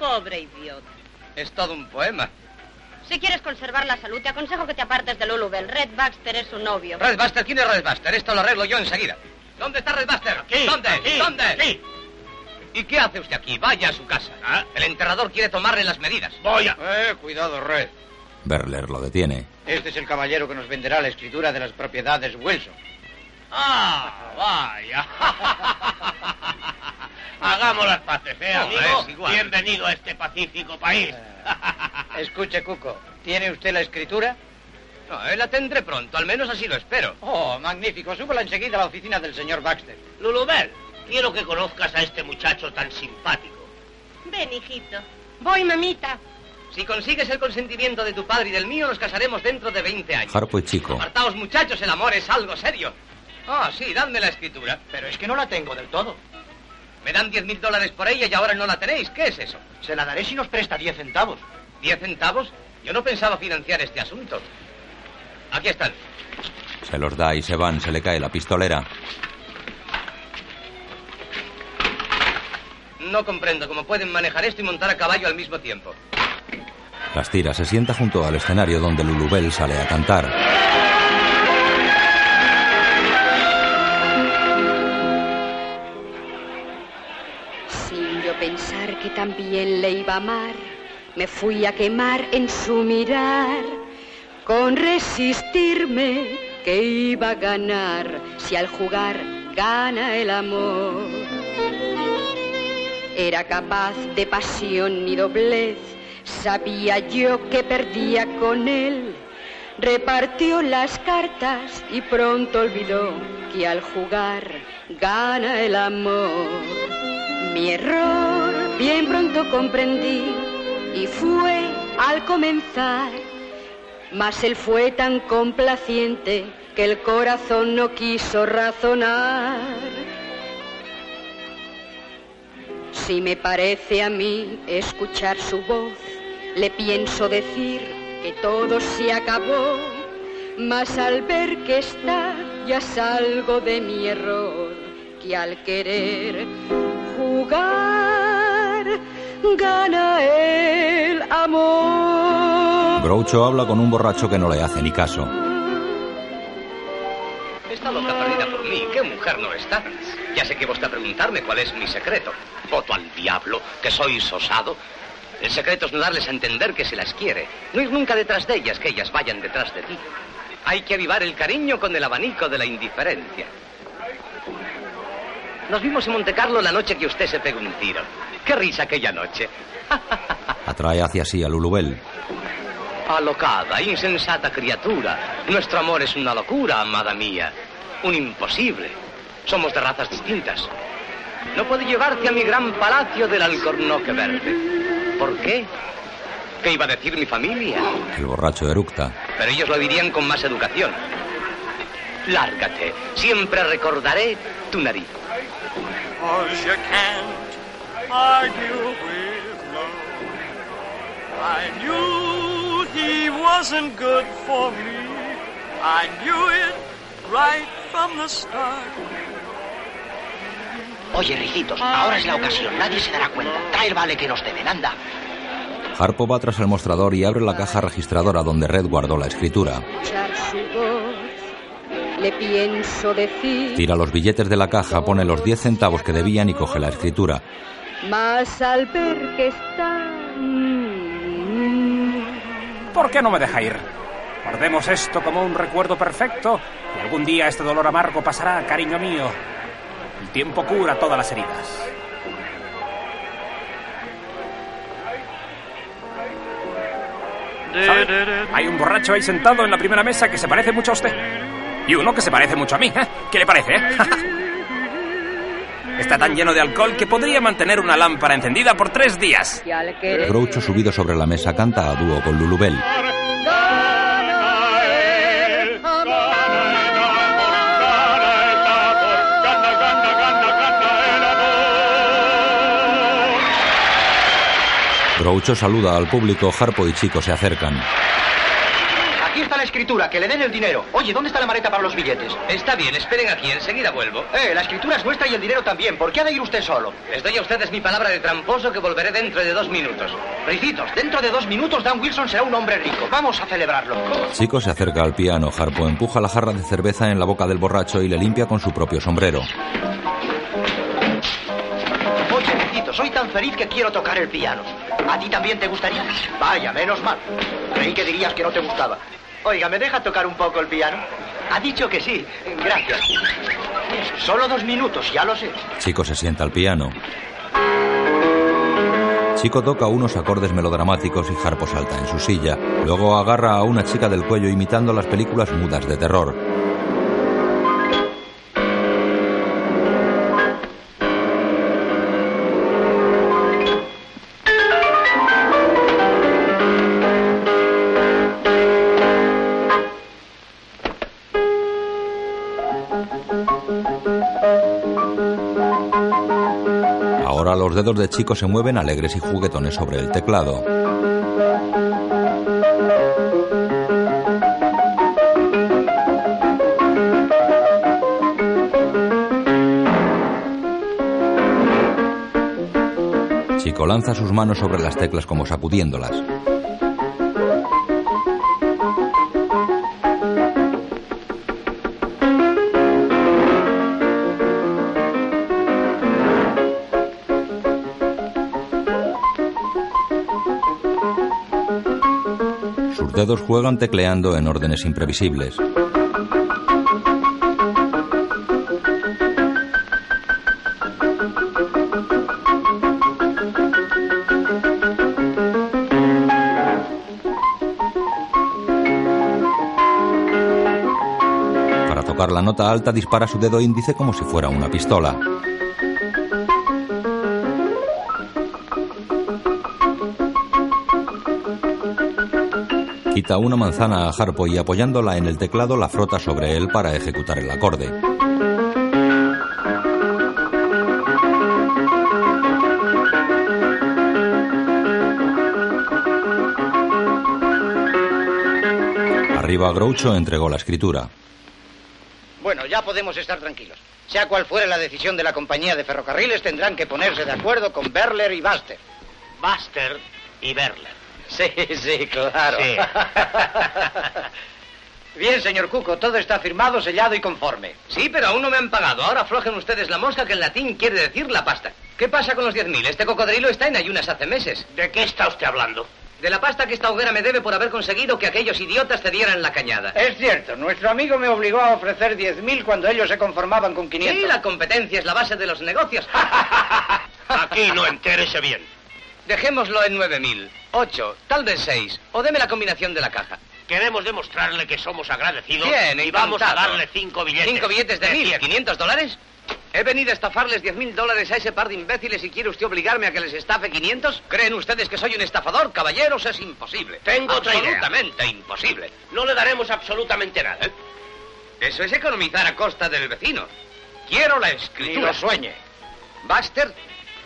Speaker 10: Pobre idiota.
Speaker 3: Es todo un poema.
Speaker 10: Si quieres conservar la salud, te aconsejo que te apartes de Lulu Bell. Red Baxter es su novio.
Speaker 3: Redbuster, ¿quién es Redbuster? Esto lo arreglo yo enseguida. ¿Dónde está Redbuster? ¿Dónde? ¿Dónde? ¿Y qué hace usted aquí? Vaya a su casa. El enterrador quiere tomarle las medidas.
Speaker 9: Ah. Voy a...
Speaker 4: Eh, cuidado, Red.
Speaker 1: Berler lo detiene.
Speaker 4: Este es el caballero que nos venderá la escritura de las propiedades Wilson.
Speaker 9: Ah, vaya. Hagamos las paces, ¿eh,
Speaker 3: No,
Speaker 9: amigo?
Speaker 3: es igual. Eh.
Speaker 9: Bienvenido a este pacífico país.
Speaker 4: Escuche, Cuco, ¿tiene usted la escritura?
Speaker 3: No, eh, la tendré pronto. Al menos así lo espero.
Speaker 4: Oh, magnífico. Súbala enseguida a la oficina del señor Baxter.
Speaker 9: Lulubel, quiero que conozcas a este muchacho tan simpático.
Speaker 10: Ven, hijito. Voy, mamita.
Speaker 3: Si consigues el consentimiento de tu padre y del mío, nos casaremos dentro de 20 años.
Speaker 1: Harpo y Chico.
Speaker 3: Apartaos, muchachos, el amor es algo serio. Ah, sí, dadme la escritura.
Speaker 5: Pero es que no la tengo del todo.
Speaker 3: Me dan 10.000 dólares por ella y ahora no la tenéis. ¿Qué es eso?
Speaker 5: Se la daré si nos presta 10 centavos.
Speaker 3: ¿10 centavos? Yo no pensaba financiar este asunto. Aquí están.
Speaker 1: Se los da y se van, se le cae la pistolera.
Speaker 3: No comprendo cómo pueden manejar esto y montar a caballo al mismo tiempo.
Speaker 1: Las tira, se sienta junto al escenario donde Lulubel sale a cantar.
Speaker 11: Sin yo pensar que también le iba a amar, me fui a quemar en su mirar. Con resistirme, que iba a ganar, si al jugar gana el amor. Era capaz de pasión ni doblez, Sabía yo que perdía con él. Repartió las cartas y pronto olvidó que al jugar gana el amor. Mi error bien pronto comprendí y fue al comenzar. Mas él fue tan complaciente que el corazón no quiso razonar. Si me parece a mí escuchar su voz, le pienso decir que todo se acabó, mas al ver que está ya salgo de mi error, que al querer jugar gana el amor.
Speaker 1: Groucho habla con un borracho que no le hace ni caso.
Speaker 3: Está loca perdida por mí. ¿Qué mujer no está? Ya sé que vos a preguntarme cuál es mi secreto. Voto al diablo, que sois osado. El secreto es no darles a entender que se las quiere. No ir nunca detrás de ellas, que ellas vayan detrás de ti. Hay que avivar el cariño con el abanico de la indiferencia. Nos vimos en Montecarlo la noche que usted se pegó un tiro. Qué risa aquella noche.
Speaker 1: Atrae hacia sí a Lulubel.
Speaker 3: Alocada, insensata criatura. Nuestro amor es una locura, amada mía. Un imposible. Somos de razas distintas. No puede llevarte a mi gran palacio del alcornoque verde. ¿Por qué? ¿Qué iba a decir mi familia?
Speaker 1: El borracho eructa.
Speaker 3: Pero ellos lo dirían con más educación. Lárgate. Siempre recordaré tu nariz.
Speaker 12: Cause you can't argue with love. I knew he wasn't good for me. I knew it right from the start.
Speaker 4: Oye, rijitos, ahora es la ocasión. Nadie se dará cuenta. Trae el vale que nos deben, anda.
Speaker 1: Harpo va tras el mostrador y abre la caja registradora donde Red guardó la escritura.
Speaker 11: Escuchar su voz, le pienso decir.
Speaker 1: Tira los billetes de la caja, pone los 10 centavos que debían y coge la escritura.
Speaker 11: Mas al ver que está... mm,
Speaker 13: ¿Por qué no me deja ir? Guardemos esto como un recuerdo perfecto y algún día este dolor amargo pasará, cariño mío. El tiempo cura todas las heridas. ¿Sabe? Hay un borracho ahí sentado en la primera mesa que se parece mucho a usted. Y uno que se parece mucho a mí. ¿eh? ¿Qué le parece? eh? Está tan lleno de alcohol que podría mantener una lámpara encendida por tres días.
Speaker 11: que al querer
Speaker 1: Groucho subido sobre la mesa canta a dúo con Lulubel. Groucho saluda al público, Harpo y Chico se acercan.
Speaker 5: Aquí está la escritura, que le den el dinero. Oye, ¿dónde está la maleta para los billetes?
Speaker 3: Está bien, esperen aquí, enseguida vuelvo.
Speaker 5: Eh, la escritura es nuestra y el dinero también. ¿Por qué ha de ir usted solo?
Speaker 3: Les doy a ustedes mi palabra de tramposo que volveré dentro de dos minutos.
Speaker 5: Ricitos, dentro de dos minutos Dan Wilson será un hombre rico. Vamos a celebrarlo.
Speaker 1: Chico se acerca al piano, Harpo empuja la jarra de cerveza en la boca del borracho y le limpia con su propio sombrero.
Speaker 5: Oye, Ricitos, soy tan feliz que quiero tocar el piano. ¿A ti también te gustaría? Vaya, menos mal. Creí que dirías que no te gustaba. Oiga, ¿me deja tocar un poco el piano? Ha dicho que sí. Gracias. Solo dos minutos, ya lo sé.
Speaker 1: Chico se sienta al piano. Chico toca unos acordes melodramáticos y Harpo salta en su silla. Luego agarra a una chica del cuello imitando las películas mudas de terror. Ahora los dedos de Chico se mueven alegres y juguetones sobre el teclado. Chico lanza sus manos sobre las teclas como sacudiéndolas. Sus dedos juegan tecleando en órdenes imprevisibles. tocar la nota alta dispara su dedo índice como si fuera una pistola. Quita una manzana a Harpo y apoyándola en el teclado la frota sobre él para ejecutar el acorde. Arriba Groucho entregó la escritura.
Speaker 5: Bueno, ya podemos estar tranquilos. Sea cual fuere la decisión de la compañía de ferrocarriles, tendrán que ponerse de acuerdo con Berler y Buster.
Speaker 4: Buster y Berler.
Speaker 5: Sí, sí, claro.
Speaker 4: Sí.
Speaker 5: Bien, señor Cuco, todo está firmado, sellado y conforme.
Speaker 3: Sí, pero aún no me han pagado. Ahora aflojen ustedes la mosca que en latín quiere decir la pasta. ¿Qué pasa con los 10.000? Este cocodrilo está en ayunas hace meses.
Speaker 9: ¿De qué está usted hablando?
Speaker 3: De la pasta que esta hoguera me debe por haber conseguido que aquellos idiotas cedieran la cañada.
Speaker 5: Es cierto, nuestro amigo me obligó a ofrecer 10.000 cuando ellos se conformaban con 500.
Speaker 3: Sí, la competencia es la base de los negocios.
Speaker 9: Aquí no entérese bien.
Speaker 3: Dejémoslo en 9.000, 8, tal vez 6, o deme la combinación de la caja.
Speaker 9: Queremos demostrarle que somos agradecidos
Speaker 3: Bien,
Speaker 9: y vamos a
Speaker 3: encantado.
Speaker 9: darle cinco billetes.
Speaker 3: ¿Cinco billetes de mil? ¿500 dólares? ¿He venido a estafarles 10.000 dólares a ese par de imbéciles y quiere usted obligarme a que les estafe 500? ¿Creen ustedes que soy un estafador? Caballeros, es imposible.
Speaker 9: Tengo otra idea.
Speaker 3: Absolutamente imposible.
Speaker 9: No le daremos absolutamente nada. ¿eh?
Speaker 3: Eso es economizar a costa del vecino. Quiero la escritura.
Speaker 9: Ni lo sueñe.
Speaker 3: Buster,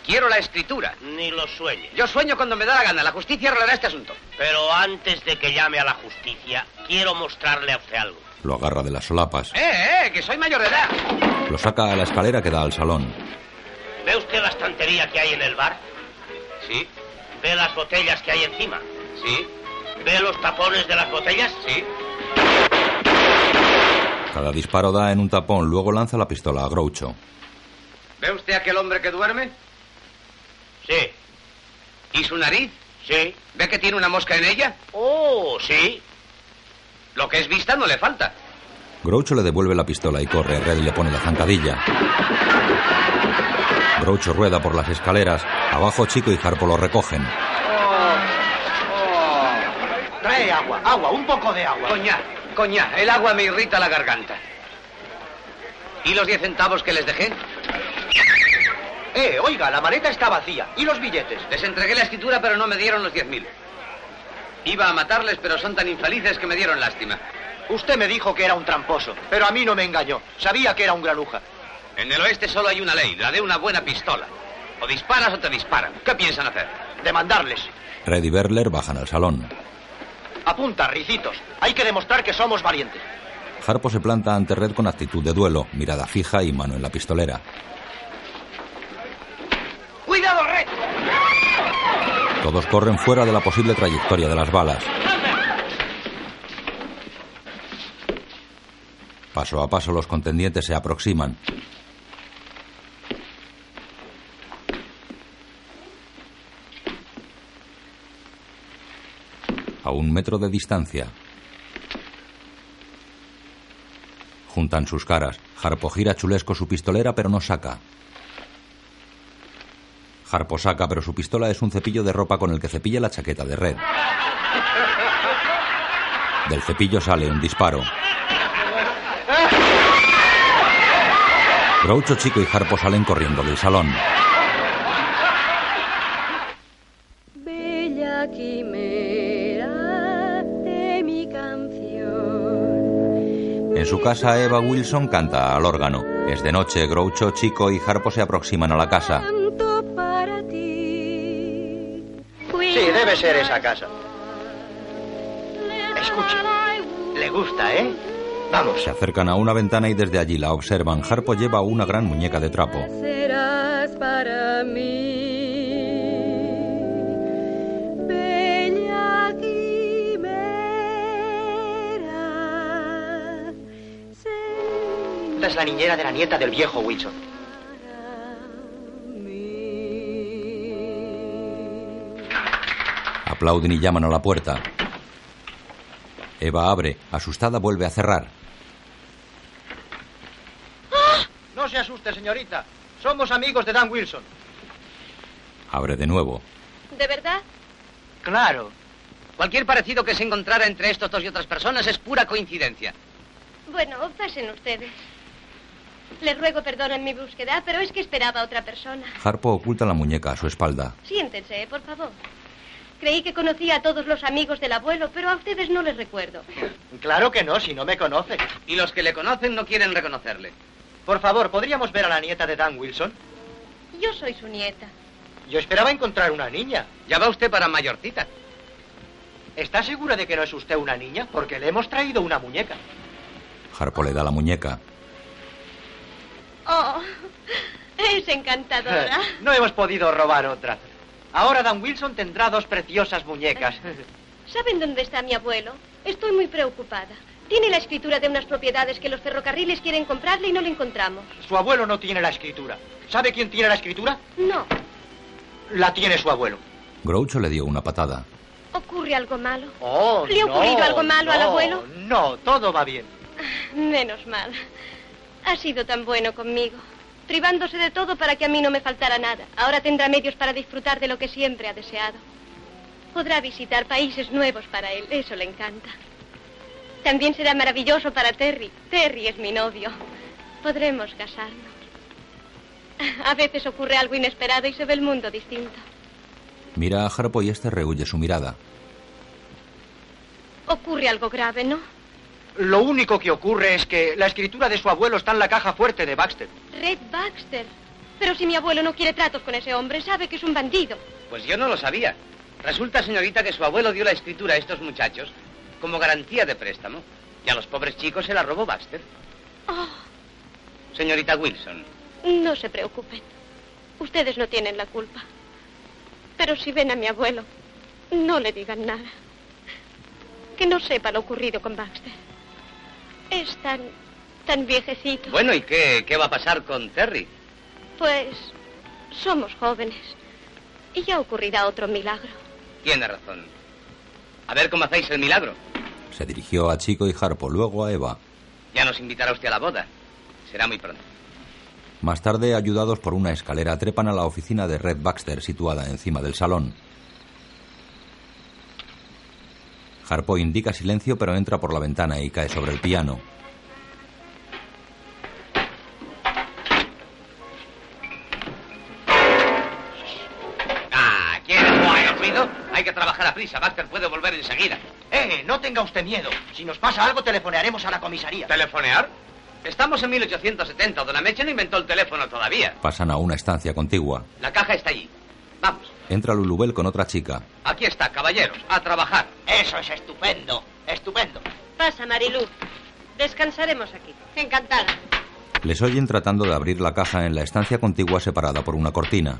Speaker 3: quiero la escritura.
Speaker 9: Ni lo sueñe.
Speaker 3: Yo sueño cuando me da la gana. La justicia arreglará este asunto.
Speaker 9: Pero antes de que llame a la justicia, quiero mostrarle a usted algo.
Speaker 1: Lo agarra de las solapas.
Speaker 3: ¡Eh, eh! Que soy mayor de edad.
Speaker 1: Lo saca a la escalera que da al salón.
Speaker 9: ¿Ve usted la estantería que hay en el bar?
Speaker 3: Sí,
Speaker 9: ¿Ve las botellas que hay encima?
Speaker 3: sí,
Speaker 9: ¿Ve los tapones de las botellas?
Speaker 3: sí.
Speaker 1: Cada disparo da en un tapón, luego lanza la pistola a Groucho.
Speaker 3: ¿Ve usted aquel hombre que duerme?
Speaker 9: Sí,
Speaker 3: ¿Y su nariz?
Speaker 9: sí.
Speaker 3: ¿Ve que tiene una mosca en ella?
Speaker 9: Oh, sí.
Speaker 3: Lo que es vista no le falta.
Speaker 1: Groucho le devuelve la pistola y corre. Red le pone la zancadilla. Groucho rueda por las escaleras. Abajo Chico y Harpo lo recogen.
Speaker 9: Oh.
Speaker 5: Oh. Trae agua, agua, un poco de agua.
Speaker 3: Coñá, coñá, el agua me irrita la garganta. ¿Y los 10 centavos que les dejé?
Speaker 5: Eh, oiga, la maleta está vacía. ¿Y los billetes?
Speaker 3: Les entregué la escritura, pero no me dieron los 10.000. Iba a matarles, pero son tan infelices que me dieron lástima.
Speaker 5: Usted me dijo que era un tramposo, pero a mí no me engañó. Sabía que era un granuja.
Speaker 3: En el oeste solo hay una ley, la de una buena pistola. O disparas o te disparan. ¿Qué piensan hacer?
Speaker 5: Demandarles.
Speaker 1: Red y Berler bajan al salón.
Speaker 5: Apunta, ricitos. Hay que demostrar que somos valientes.
Speaker 1: Harpo se planta ante Red con actitud de duelo, mirada fija y mano en la pistolera.
Speaker 5: ¡Cuidado, Red!
Speaker 1: Todos corren fuera de la posible trayectoria de las balas. Paso a paso los contendientes se aproximan. A un metro de distancia. Juntan sus caras. Harpo gira chulesco su pistolera pero no saca. Harpo saca, pero su pistola es un cepillo de ropa con el que cepilla la chaqueta de red. Del cepillo sale un disparo. Groucho, Chico y Harpo salen corriendo del salón.
Speaker 11: Bella quimera de mi canción.
Speaker 1: En su casa, Eva Wilson canta al órgano. Es de noche, Groucho, Chico y Harpo se aproximan a la casa.
Speaker 11: Tanto para ti.
Speaker 5: Sí, debe ser esa casa. Escucha. Le gusta, ¿eh? Vamos.
Speaker 1: Se acercan a una ventana y desde allí la observan. Harpo lleva una gran muñeca de trapo.
Speaker 11: Serás para mí. Bella quimera.
Speaker 5: Esta es la niñera de la nieta del viejo Wilson.
Speaker 1: Aplauden y llaman a la puerta. Eva abre, asustada vuelve a cerrar.
Speaker 5: No se asuste, señorita. Somos amigos de Dan Wilson.
Speaker 1: Abre de nuevo.
Speaker 8: ¿De verdad?
Speaker 5: Claro.
Speaker 3: Cualquier parecido que se encontrara entre estos dos y otras personas es pura coincidencia.
Speaker 8: Bueno, pasen ustedes. Les ruego perdón en mi búsqueda, pero es que esperaba a otra persona.
Speaker 1: Harpo oculta la muñeca a su espalda.
Speaker 8: Siéntense, eh, por favor. Creí que conocía a todos los amigos del abuelo, pero a ustedes no les recuerdo.
Speaker 5: Claro que no, si no me conoce.
Speaker 3: Y los que le conocen no quieren reconocerle.
Speaker 5: Por favor, ¿podríamos ver a la nieta de Dan Wilson?
Speaker 8: Yo soy su nieta.
Speaker 5: Yo esperaba encontrar una niña.
Speaker 3: Ya va usted para mayorcita.
Speaker 5: ¿Está segura de que no es usted una niña? Porque le hemos traído una muñeca.
Speaker 1: Harpo le da la muñeca.
Speaker 8: Oh, es encantadora.
Speaker 3: Eh.
Speaker 5: No hemos podido robar otra. Ahora Dan Wilson tendrá dos preciosas muñecas.
Speaker 8: ¿Saben dónde está mi abuelo? Estoy muy preocupada. Tiene la escritura de unas propiedades que los ferrocarriles quieren comprarle y no le encontramos.
Speaker 5: Su abuelo no tiene la escritura. ¿Sabe quién tiene la escritura?
Speaker 8: No.
Speaker 5: La tiene su abuelo.
Speaker 1: Groucho le dio una patada.
Speaker 8: ¿Ocurre algo malo?
Speaker 5: Oh,
Speaker 8: ¿Le ha
Speaker 5: no,
Speaker 8: ocurrido algo malo al
Speaker 5: no,
Speaker 8: abuelo?
Speaker 5: No, todo va bien.
Speaker 8: Menos mal. Ha sido tan bueno conmigo, privándose de todo para que a mí no me faltara nada. Ahora tendrá medios para disfrutar de lo que siempre ha deseado. Podrá visitar países nuevos para él, eso le encanta. También será maravilloso para Terry. Terry es mi novio. Podremos casarnos. A veces ocurre algo inesperado y se ve el mundo distinto.
Speaker 1: Mira a Harpo y este rehuye su mirada.
Speaker 8: Ocurre algo grave, ¿no?
Speaker 5: Lo único que ocurre es que la escritura de su abuelo está en la caja fuerte de Baxter.
Speaker 8: Red Baxter. Pero si mi abuelo no quiere tratos con ese hombre, sabe que es un bandido.
Speaker 3: Pues yo no lo sabía. Resulta, señorita, que su abuelo dio la escritura a estos muchachos como garantía de préstamo. Y a los pobres chicos se la robó Baxter.
Speaker 8: Oh,
Speaker 3: Señorita Wilson,
Speaker 8: no se preocupen. Ustedes no tienen la culpa. Pero si ven a mi abuelo, no le digan nada. Que no sepa lo ocurrido con Baxter. Es tan, tan viejecito.
Speaker 3: bueno, ¿y qué, qué va a pasar con Terry?
Speaker 8: Pues somos jóvenes. Y ya ocurrirá otro milagro.
Speaker 3: Tiene razón. A ver cómo hacéis el milagro.
Speaker 1: Se dirigió a Chico y Harpo, luego a Eva.
Speaker 3: Ya nos invitará usted a la boda. Será muy pronto.
Speaker 1: Más tarde, ayudados por una escalera, trepan a la oficina de Red Baxter situada encima del salón. Harpo indica silencio pero entra por la ventana y cae sobre el piano.
Speaker 3: Ah, ¿quieres el ruido? Hay que trabajar a prisa. Baxter puede volver enseguida.
Speaker 5: Eh, no tenga usted miedo. Si nos pasa algo, telefonearemos a la comisaría.
Speaker 3: ¿Telefonear? Estamos en 1870. Don Ameche no inventó el teléfono todavía.
Speaker 1: Pasan a una estancia contigua.
Speaker 3: La caja está allí. Vamos,
Speaker 1: Entra Lulubel con otra chica.
Speaker 3: aquí está, caballeros, a trabajar.
Speaker 5: Eso es estupendo, estupendo.
Speaker 10: Pasa, Marilú. Descansaremos aquí.
Speaker 8: Encantada.
Speaker 1: Les oyen tratando de abrir la caja en la estancia contigua separada por una cortina.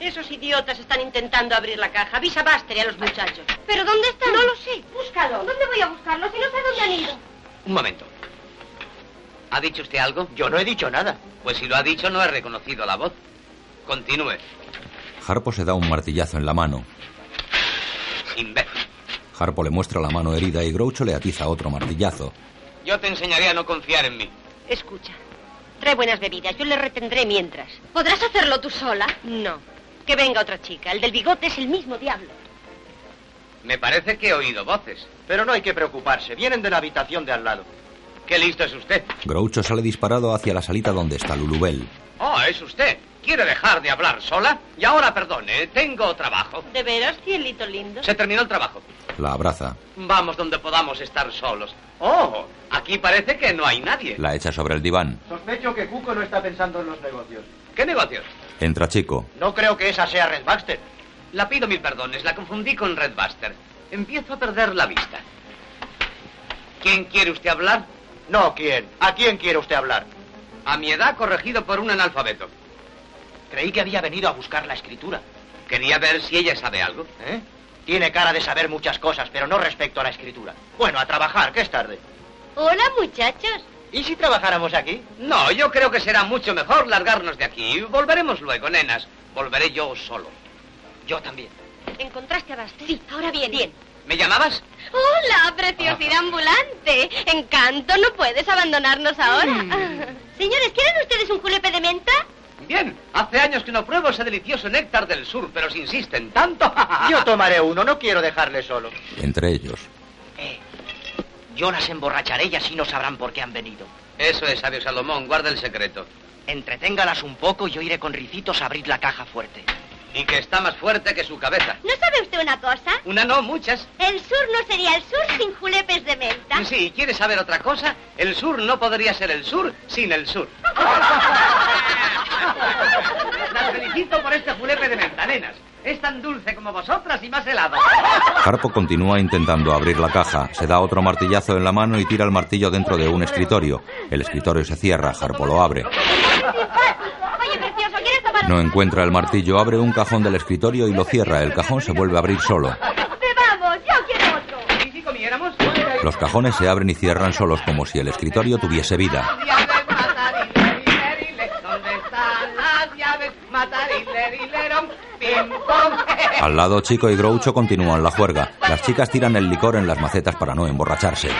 Speaker 10: Esos idiotas están intentando abrir la caja. Avisa Buster y a los muchachos.
Speaker 8: ¿Pero dónde están?
Speaker 10: No lo sé.
Speaker 8: Búscalo. ¿Dónde voy a buscarlo si no sé dónde han ido?
Speaker 3: Un momento. ¿Ha dicho usted algo?
Speaker 5: Yo no he dicho nada.
Speaker 3: Pues si lo ha dicho, no he reconocido la voz. Continúe,
Speaker 1: Harpo se da un martillazo en la mano.
Speaker 3: imbécil.
Speaker 1: Harpo le muestra la mano herida y Groucho le atiza otro martillazo.
Speaker 3: Yo te enseñaré a no confiar en mí.
Speaker 10: Escucha. Trae buenas bebidas. Yo le retendré mientras.
Speaker 8: ¿Podrás hacerlo tú sola?
Speaker 10: No. Que venga otra chica. El del bigote es el mismo diablo.
Speaker 3: Me parece que he oído voces.
Speaker 5: Pero no hay que preocuparse, vienen de la habitación de al lado.
Speaker 3: Qué listo es usted.
Speaker 1: Groucho sale disparado hacia la salita donde está Lulubel.
Speaker 3: Oh, es usted. ¿Quiere dejar de hablar sola? Y ahora, perdone, tengo trabajo.
Speaker 10: ¿De veras, cielito lindo?
Speaker 3: Se terminó el trabajo.
Speaker 1: La abraza.
Speaker 3: Vamos donde podamos estar solos. Oh, aquí parece que no hay nadie.
Speaker 1: La echa sobre el diván.
Speaker 5: Sospecho que Cuco no está pensando en los negocios.
Speaker 3: ¿Qué negocios?
Speaker 1: Entra Chico.
Speaker 5: No creo que esa sea Red Baxter.
Speaker 3: La pido mil perdones, la confundí con Red Buster. Empiezo a perder la vista. ¿Quién quiere usted hablar?
Speaker 5: No, ¿quién? ¿A quién quiere usted hablar?
Speaker 3: A mi edad corregido por un analfabeto.
Speaker 5: Creí que había venido a buscar la escritura.
Speaker 3: Quería ver si ella sabe algo.
Speaker 5: ¿Eh? Tiene cara de saber muchas cosas, pero no respecto a la escritura. Bueno, a trabajar, que es tarde.
Speaker 8: Hola, muchachos.
Speaker 5: ¿Y si trabajáramos aquí?
Speaker 3: No, yo creo que será mucho mejor largarnos de aquí. Volveremos luego, nenas. Volveré yo solo.
Speaker 5: Yo también.
Speaker 10: ¿Encontraste a Buster?
Speaker 8: Sí, ahora viene.
Speaker 10: Bien.
Speaker 3: ¿Me llamabas?
Speaker 8: Hola, preciosidad ambulante. Encanto, no puedes abandonarnos ahora.
Speaker 10: Mm. Señores, ¿quieren ustedes un julepe de menta?
Speaker 3: Bien. Hace años que no pruebo ese delicioso néctar del sur, pero si insisten tanto...
Speaker 5: Yo tomaré uno, no quiero dejarle solo.
Speaker 1: Entre ellos.
Speaker 5: Yo las emborracharé y así no sabrán por qué han venido.
Speaker 3: Eso es, sabio Salomón, guarda el secreto.
Speaker 5: Entreténgalas un poco y yo iré con ricitos a abrir la caja fuerte.
Speaker 3: Y que está más fuerte que su cabeza.
Speaker 10: ¿No sabe usted una cosa?
Speaker 3: Una Ah, no, muchas.
Speaker 10: El sur no sería el sur sin julepes de menta.
Speaker 3: Sí, ¿quieres saber otra cosa? El sur no podría ser el sur sin el sur. Las felicito por este julepe de menta, nenas. Es tan dulce como vosotras y más helado.
Speaker 1: Harpo continúa intentando abrir la caja. Se da otro martillazo en la mano y tira el martillo dentro de un escritorio. El escritorio se cierra, Harpo lo abre.
Speaker 10: Oye, precioso, ¿quieres tomar
Speaker 1: No encuentra el martillo, abre un cajón del escritorio y lo cierra. El cajón se vuelve a abrir solo.
Speaker 10: ¡Bebamos! ¡Yo quiero otro!
Speaker 3: ¿Y si comiéramos?
Speaker 1: Los cajones se abren y cierran solos como si el escritorio tuviese vida.
Speaker 3: ¿Dónde están las llaves? Matarilerillerom, pim, pom.
Speaker 1: Al lado, Chico y Groucho continúan la juerga. Las chicas tiran el licor en las macetas para no emborracharse.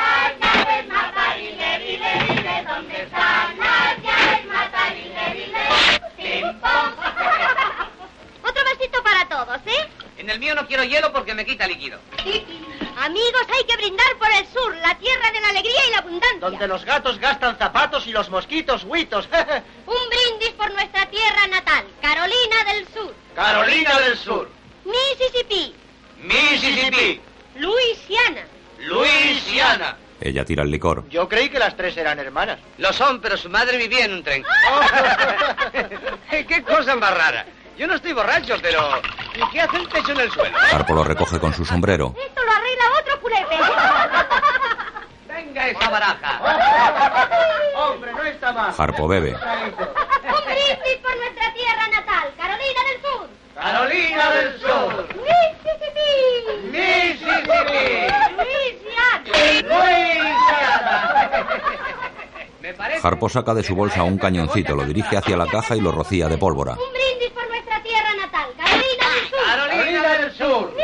Speaker 10: Otro vasito para todos, ¿eh?
Speaker 3: En el mío no quiero hielo porque me quita líquido.
Speaker 10: Amigos, hay que brindar por el sur, la tierra de la alegría y la abundancia.
Speaker 5: Donde los gatos gastan zapatos y los mosquitos huitos.
Speaker 10: Un brindis por nuestra tierra natal, Carolina del Sur,
Speaker 5: Carolina del Sur.
Speaker 10: Mississippi,
Speaker 3: Mississippi.
Speaker 10: Luisiana.
Speaker 3: Luisiana.
Speaker 1: Ella tira el licor.
Speaker 5: Yo creí que las tres eran hermanas.
Speaker 3: Lo son, pero su madre vivía en un tren. ¡Qué cosa más rara! Yo no estoy borracho, pero... ¿y ¿Qué hace el techo en el suelo?
Speaker 1: Harpo lo recoge con su sombrero.
Speaker 10: Esto lo arregla otro julepe.
Speaker 3: ¡Venga esa baraja!
Speaker 5: Hombre, no está mal.
Speaker 1: Harpo bebe.
Speaker 10: Un brindis por nuestra tierra natal, Carolina del Sur,
Speaker 3: ¡Carolina del Sur!
Speaker 10: Mississippi,
Speaker 3: ¡Mississippi!
Speaker 10: Luisiana.
Speaker 3: ¡Luisiana! Me parece...
Speaker 1: Harpo saca de su bolsa un cañoncito, lo dirige hacia la caja y lo rocía de pólvora.
Speaker 10: Un brindis por nuestra tierra natal, Carolina del Sur,
Speaker 3: ¡Carolina del Sur!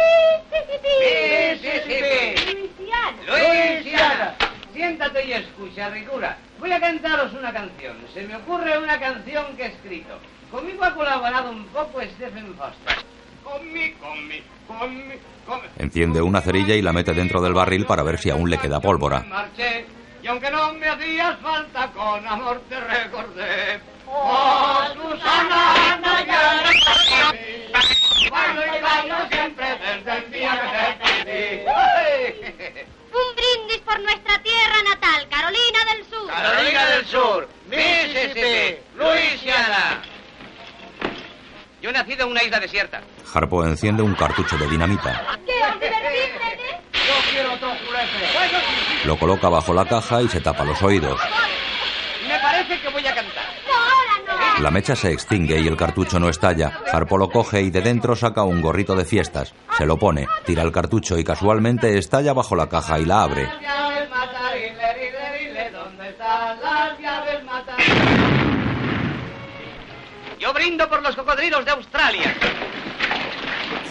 Speaker 10: Mississippi,
Speaker 3: ¡Mississippi!
Speaker 10: Luisiana.
Speaker 3: ¡Luisiana! Siéntate y escucha, ricura. Voy a cantaros una canción. Se me ocurre una canción que he escrito. Conmigo ha colaborado un poco Stephen Foster. Conmi, conmi, conmi, conmi.
Speaker 1: Enciende una cerilla y la mete dentro del barril para ver si aún le queda pólvora.
Speaker 3: Marché, y aunque no me hacías falta, con amor te recordé. Oh, Susana, no llores por mí. Bailo y bailo siempre desde el día que te conocí. ¡Ay!
Speaker 10: Un brindis por nuestra tierra natal, Carolina del Sur.
Speaker 3: Carolina del Sur, Mississippi, Luisiana. Yo he nacido en una isla desierta.
Speaker 1: Harpo enciende un cartucho de dinamita.
Speaker 10: ¿Qué os divertisteis, eh?
Speaker 5: Yo quiero otro julepe.
Speaker 1: Lo coloca bajo la caja y se tapa los oídos.
Speaker 3: Me parece que voy a cantar.
Speaker 10: No, ahora
Speaker 1: La mecha se extingue y el cartucho no estalla. Harpo lo coge y de dentro saca un gorrito de fiestas. Se lo pone, tira el cartucho y casualmente estalla bajo la caja y la abre.
Speaker 3: Las llaves matarile, rile, rile, ¿dónde están las llaves matarile? Yo brindo por los cocodrilos de Australia.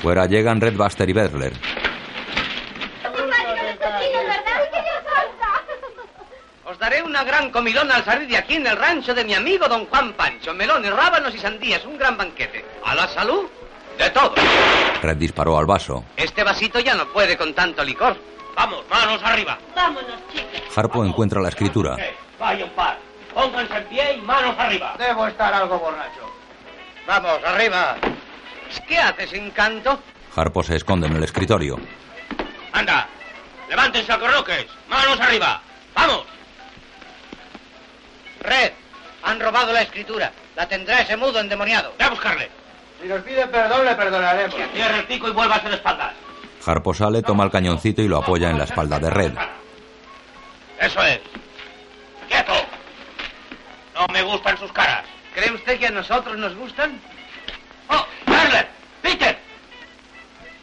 Speaker 1: Fuera llegan Redbuster y Bedler.
Speaker 10: no. Tus maridos estos chinos, ¿verdad? ¡Que yo salta!
Speaker 3: Os daré una gran comilona al salir de aquí en el rancho de mi amigo don Juan Pancho. Melones, rábanos y sandías, un gran banquete. A la salud de todos.
Speaker 1: Red disparó al vaso.
Speaker 3: Este vasito ya no puede con tanto licor.
Speaker 9: Vamos, manos arriba.
Speaker 10: Vámonos, chicos.
Speaker 1: Harpo encuentra la escritura.
Speaker 9: Eh, Vaya un par. Pónganse en pie y manos arriba.
Speaker 5: Debo estar algo borracho. Vamos, arriba.
Speaker 3: ¿Qué haces, encanto?
Speaker 1: Harpo se esconde en el escritorio.
Speaker 9: Anda. Levántense a corroques. Manos arriba. Vamos.
Speaker 3: Red, han robado la escritura. La tendrá ese mudo endemoniado.
Speaker 9: Ve a buscarle.
Speaker 5: Si nos pide perdón, le perdonaremos.
Speaker 9: Cierra el pico y vuelva a hacer espaldas.
Speaker 1: Harpo sale, toma el cañoncito y lo apoya en la espalda de Red.
Speaker 9: Eso es. ¡Quieto! No me gustan sus caras.
Speaker 3: ¿Cree usted que a nosotros nos gustan?
Speaker 9: ¡Oh! ¡Merler! ¡Peter!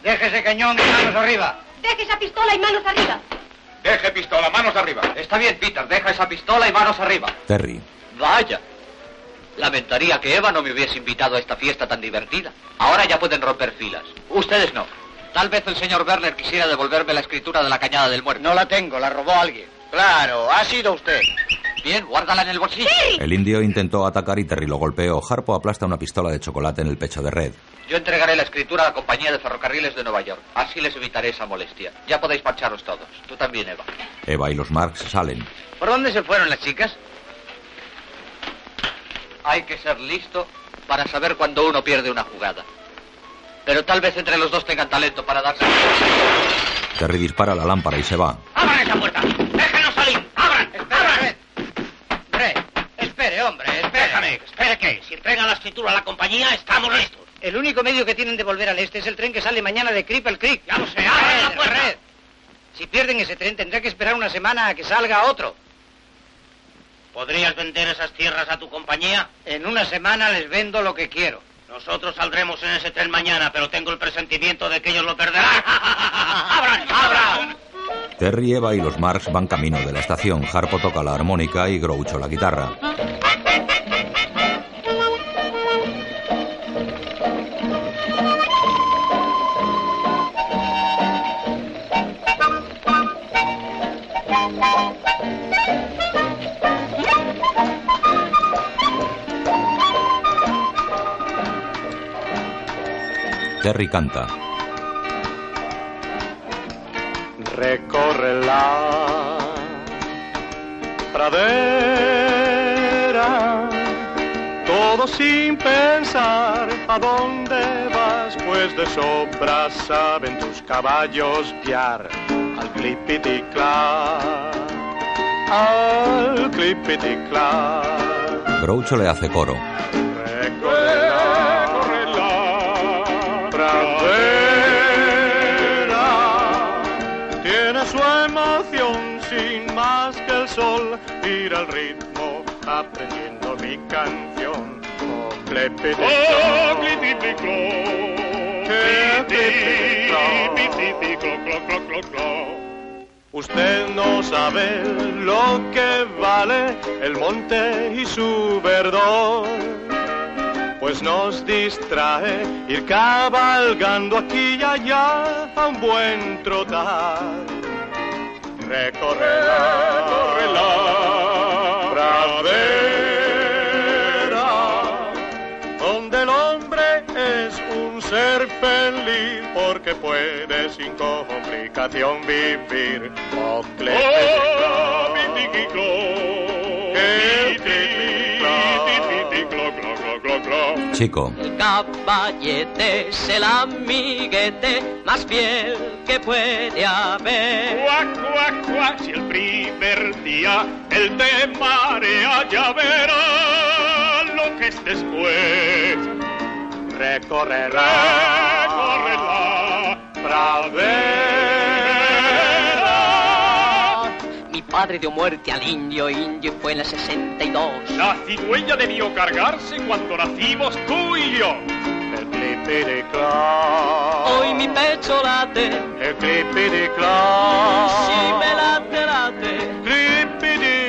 Speaker 5: Deje ese cañón de manos arriba.
Speaker 10: Deje esa pistola y manos arriba.
Speaker 9: Deje pistola, manos arriba.
Speaker 3: Está bien, Peter, deja esa pistola y manos arriba.
Speaker 1: Terry.
Speaker 6: Vaya. Lamentaría que Eva no me hubiese invitado a esta fiesta tan divertida. Ahora ya pueden romper filas. Ustedes no. Tal vez el señor Werner quisiera devolverme la escritura de la cañada del muerto.
Speaker 5: No la tengo, la robó alguien. Claro, ha sido usted.
Speaker 6: Bien, guárdala en el bolsillo.
Speaker 1: El indio intentó atacar y Terry lo golpeó. Harpo aplasta una pistola de chocolate en el pecho de Red.
Speaker 6: Yo entregaré la escritura a la compañía de ferrocarriles de Nueva York. Así les evitaré esa molestia. Ya podéis marcharos todos. Tú también, Eva.
Speaker 1: Eva y los Marx salen.
Speaker 3: ¿Por dónde se fueron las chicas?
Speaker 6: Hay que ser listo para saber cuando uno pierde una jugada. Pero tal vez entre los dos tengan talento para darse.
Speaker 1: Terry dispara la lámpara y se va.
Speaker 9: ¡Abran esa puerta! ¡Déjenos salir! ¡Abran! ¡Abran!
Speaker 3: Red, espere, hombre, espere.
Speaker 9: Déjame, espere que si entregan la escritura a la compañía, estamos listos.
Speaker 3: El único medio que tienen de volver al este es el tren que sale mañana de Cripple Creek.
Speaker 9: Ya lo sé, abran la puerta.
Speaker 3: Red. Si pierden ese tren, tendrá que esperar una semana a que salga otro.
Speaker 9: ¿Podrías vender esas tierras a tu compañía?
Speaker 3: En una semana les vendo lo que quiero.
Speaker 9: Nosotros saldremos en ese tren mañana, pero tengo el presentimiento de que ellos lo perderán. ¡Abran, abran!
Speaker 1: Terry, Eva y los Marx van camino de la estación. Harpo toca la armónica y Groucho la guitarra. Terry canta.
Speaker 12: recorre la pradera, todo sin pensar a dónde vas, pues de sobra saben tus caballos guiar al clipiticlar, al clipiticlar.
Speaker 1: Groucho le hace coro.
Speaker 12: Recorre la pradera, tiene su emoción sin más que el sol, ir al ritmo aprendiendo mi canción. Oh, clepidicló,
Speaker 10: Oh,
Speaker 12: clepidicló, Usted no sabe lo que vale el monte y su verdor, pues nos distrae ir cabalgando aquí y allá a un buen trotar. Recorre la, pradera, donde el hombre es un ser feliz porque puede sin complicación vivir. Oh,
Speaker 1: Chico,
Speaker 14: El caballete es el amiguete más fiel que puede haber.
Speaker 12: Cuac, cuac, cuac, si el primer día él te marea, ya verá lo que es después. Recorrerá, recorrerá,
Speaker 14: Mi padre dio muerte al indio, indio y fue en el 62.
Speaker 12: La cigüeña debió cargarse cuando nacimos tú y yo. El clipiriclá,
Speaker 14: Hoy mi pecho late,
Speaker 12: el clipiriclá.
Speaker 14: si me late, late.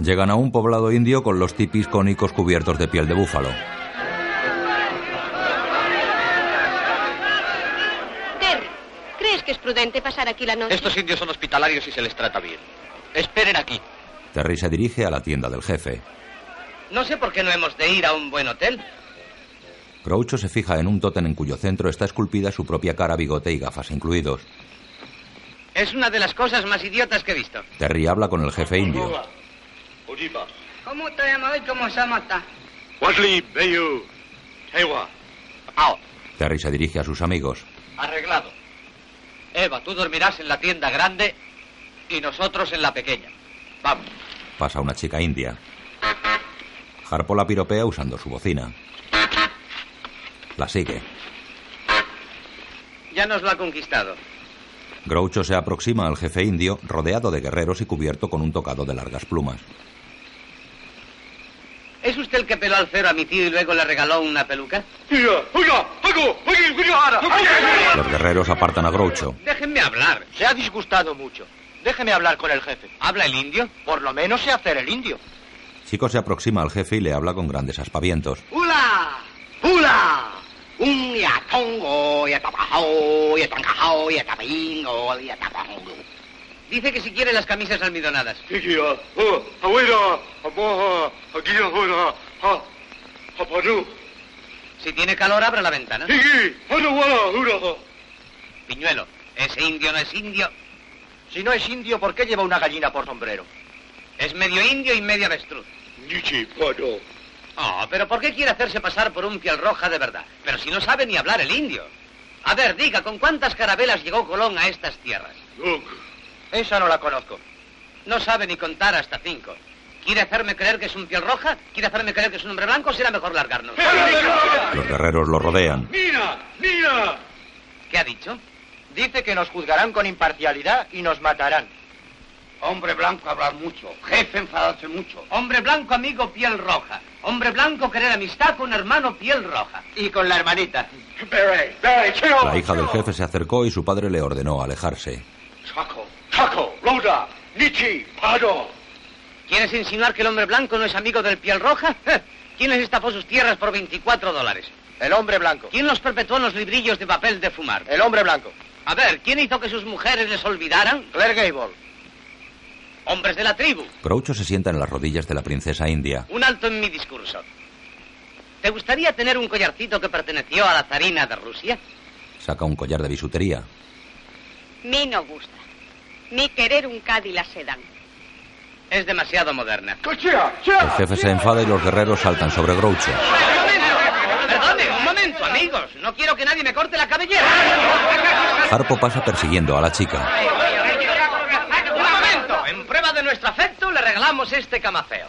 Speaker 1: llegan a un poblado indio con los tipis cónicos cubiertos de piel de búfalo.
Speaker 8: Terry, ¿crees que es prudente pasar aquí la noche?
Speaker 6: Estos indios son hospitalarios y se les trata bien. Esperen aquí.
Speaker 1: Terry se dirige a la tienda del jefe.
Speaker 3: No sé por qué no hemos de ir a un buen hotel.
Speaker 1: Groucho se fija en un tótem en cuyo centro está esculpida su propia cara, bigote y gafas incluidos.
Speaker 3: Es una de las cosas más idiotas que he visto.
Speaker 1: Terry habla con el jefe indio.
Speaker 15: ¿Cómo te llamas y cómo se llama? ta?
Speaker 7: Wesley, Beyu, Hewa.
Speaker 1: Terry se dirige a sus amigos.
Speaker 6: Arreglado. Eva, tú dormirás en la tienda grande y nosotros en la pequeña. Vamos.
Speaker 1: Pasa una chica india. Harpo la piropea usando su bocina. La sigue.
Speaker 3: Ya nos lo ha conquistado.
Speaker 1: Groucho se aproxima al jefe indio, rodeado de guerreros y cubierto con un tocado de largas plumas.
Speaker 3: ¿Es usted el que peló al cero a mi tío y luego le regaló una peluca?
Speaker 1: Los guerreros apartan a Groucho.
Speaker 3: Déjenme hablar.
Speaker 5: Se ha disgustado mucho. Déjeme hablar con el jefe.
Speaker 3: ¿Habla el indio?
Speaker 5: Por lo menos sé hacer el indio.
Speaker 1: Chico se aproxima al jefe y le habla con grandes aspavientos.
Speaker 4: ¡Hula! ¡Hula! Un ya tongo, ya tapajao, ya tancajao, ya tapingo, ya tapajongo.
Speaker 3: Dice que si quiere las camisas almidonadas. Si tiene calor, abra la ventana. Piñuelo, ese indio no es indio.
Speaker 5: Si no es indio, ¿por qué lleva una gallina por sombrero?
Speaker 3: Es medio indio y medio avestruz. Oh, pero ¿por qué quiere hacerse pasar por un piel roja de verdad? Pero si no sabe ni hablar el indio. A ver, diga, ¿con cuántas carabelas llegó Colón a estas tierras?
Speaker 5: Esa no la conozco.
Speaker 3: No sabe ni contar hasta cinco. ¿Quiere hacerme creer que es un piel roja? ¿Quiere hacerme creer que es un hombre blanco? Será mejor largarnos.
Speaker 1: Los guerreros lo rodean.
Speaker 5: ¡Mira! ¡Mira!
Speaker 3: ¿Qué ha dicho?
Speaker 5: Dice que nos juzgarán con imparcialidad y nos matarán.
Speaker 4: Hombre blanco hablar mucho, jefe enfadarse mucho.
Speaker 3: Hombre blanco, amigo, piel roja. Hombre blanco, querer amistad con hermano, piel roja.
Speaker 5: Y con la hermanita.
Speaker 1: La hija del jefe se acercó y su padre le ordenó alejarse.
Speaker 4: Chaco, Chaco, Loda, Nichi, Pado.
Speaker 3: ¿Quieres insinuar que el hombre blanco no es amigo del piel roja? ¿Quién les estafó sus tierras por 24 dólares?
Speaker 5: El hombre blanco.
Speaker 3: ¿Quién los perpetuó en los librillos de papel de fumar?
Speaker 5: El hombre blanco.
Speaker 3: A ver, ¿quién hizo que sus mujeres les olvidaran?
Speaker 5: Claire Gable.
Speaker 3: Hombres de la tribu.
Speaker 1: Groucho se sienta en las rodillas de la princesa india.
Speaker 3: Un alto en mi discurso. ¿Te gustaría tener un collarcito que perteneció a la zarina de Rusia?
Speaker 1: Saca un collar de bisutería.
Speaker 10: Mi no gusta. Mi querer un Cadillac sedán.
Speaker 3: Es demasiado moderna.
Speaker 1: El jefe se enfada y los guerreros saltan sobre Groucho.
Speaker 3: Perdone, un momento, amigos. No quiero que nadie me corte la cabellera.
Speaker 1: Harpo pasa persiguiendo a la chica.
Speaker 3: Un momento. En prueba de nuestro afecto le regalamos este camafeo.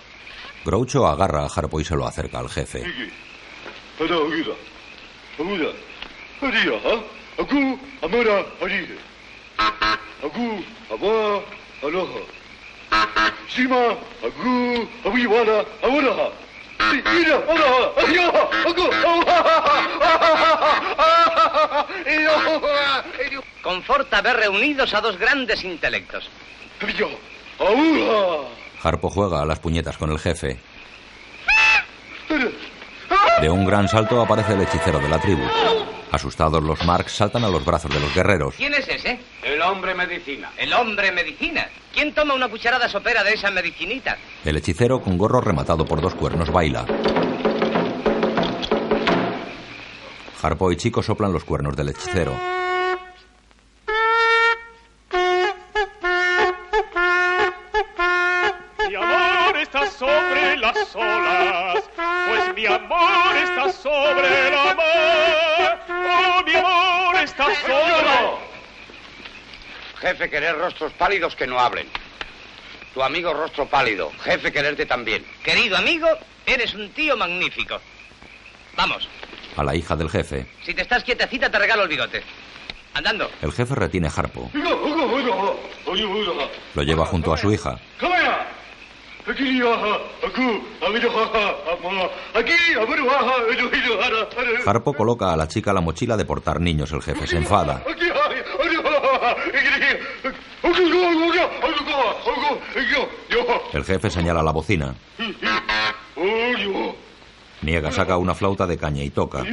Speaker 1: Groucho agarra a Harpo y se lo acerca al jefe.
Speaker 3: Conforta haber reunidos a dos grandes intelectos.
Speaker 1: Harpo juega a las puñetas con el jefe. De un gran salto aparece el hechicero de la tribu. Asustados los Marx saltan a los brazos de los guerreros.
Speaker 3: ¿Quién es ese?
Speaker 16: El hombre medicina.
Speaker 3: El hombre medicina. ¿Quién toma una cucharada sopera de esa medicinita?
Speaker 1: El hechicero con gorro rematado por dos cuernos baila. Harpo y Chico soplan los cuernos del hechicero.
Speaker 17: Mi amor está sobre las olas, pues mi amor está sobre la mar. Oh, mi amor está sobre.
Speaker 4: Jefe, querer rostros pálidos que no hablen. Tu amigo rostro pálido. Jefe, quererte también.
Speaker 3: Querido amigo, eres un tío magnífico. Vamos,
Speaker 1: A la hija del jefe.
Speaker 3: si te estás quietecita te regalo el bigote. Andando.
Speaker 1: El jefe retiene a Harpo. Lo lleva junto a su hija. Harpo coloca a la chica la mochila de portar niños. El jefe se enfada. El jefe señala la bocina. Niega, saca una flauta de caña y toca.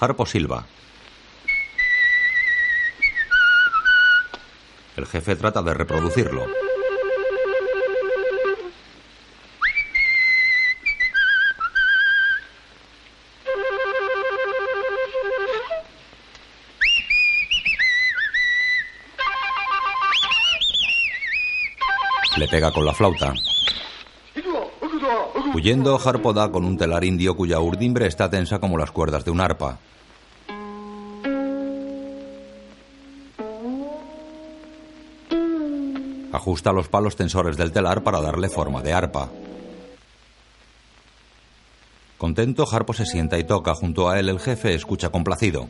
Speaker 1: Harpo silba. El jefe trata de reproducirlo. Le pega con la flauta. Huyendo, Harpo da con un telar indio cuya urdimbre está tensa como las cuerdas de un arpa. Ajusta los palos tensores del telar para darle forma de arpa. Contento, Harpo se sienta y toca. Junto a él, el jefe escucha complacido.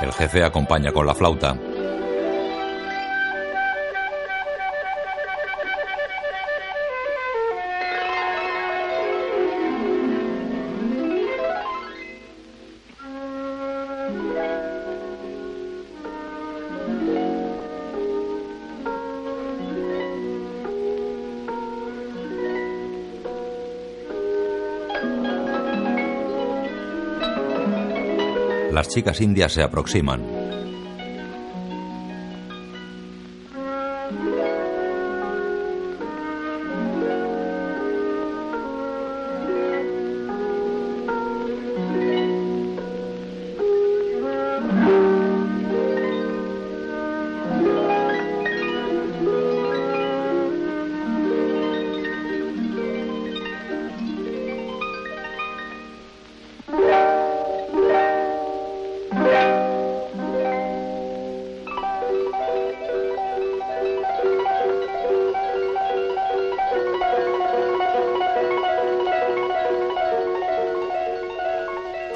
Speaker 1: El jefe acompaña con la flauta. Las chicas indias se aproximan.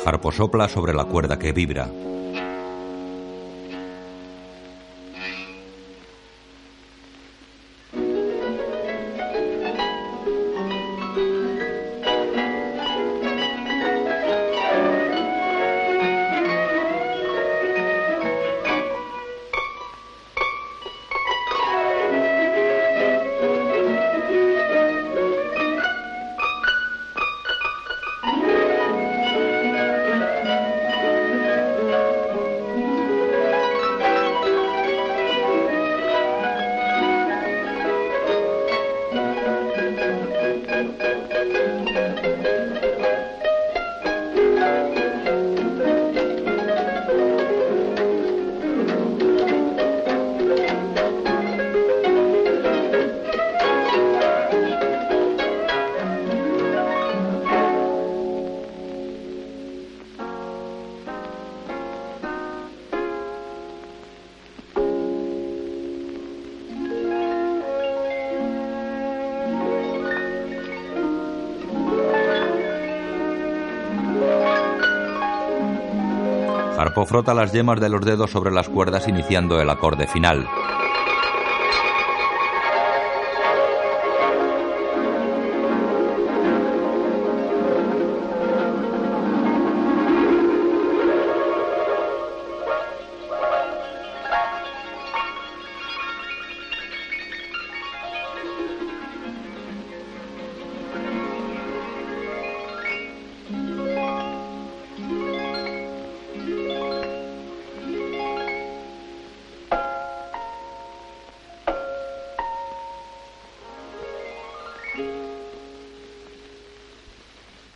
Speaker 1: Harpo sopla sobre la cuerda que vibra. Harpo frota las yemas de los dedos sobre las cuerdas iniciando el acorde final.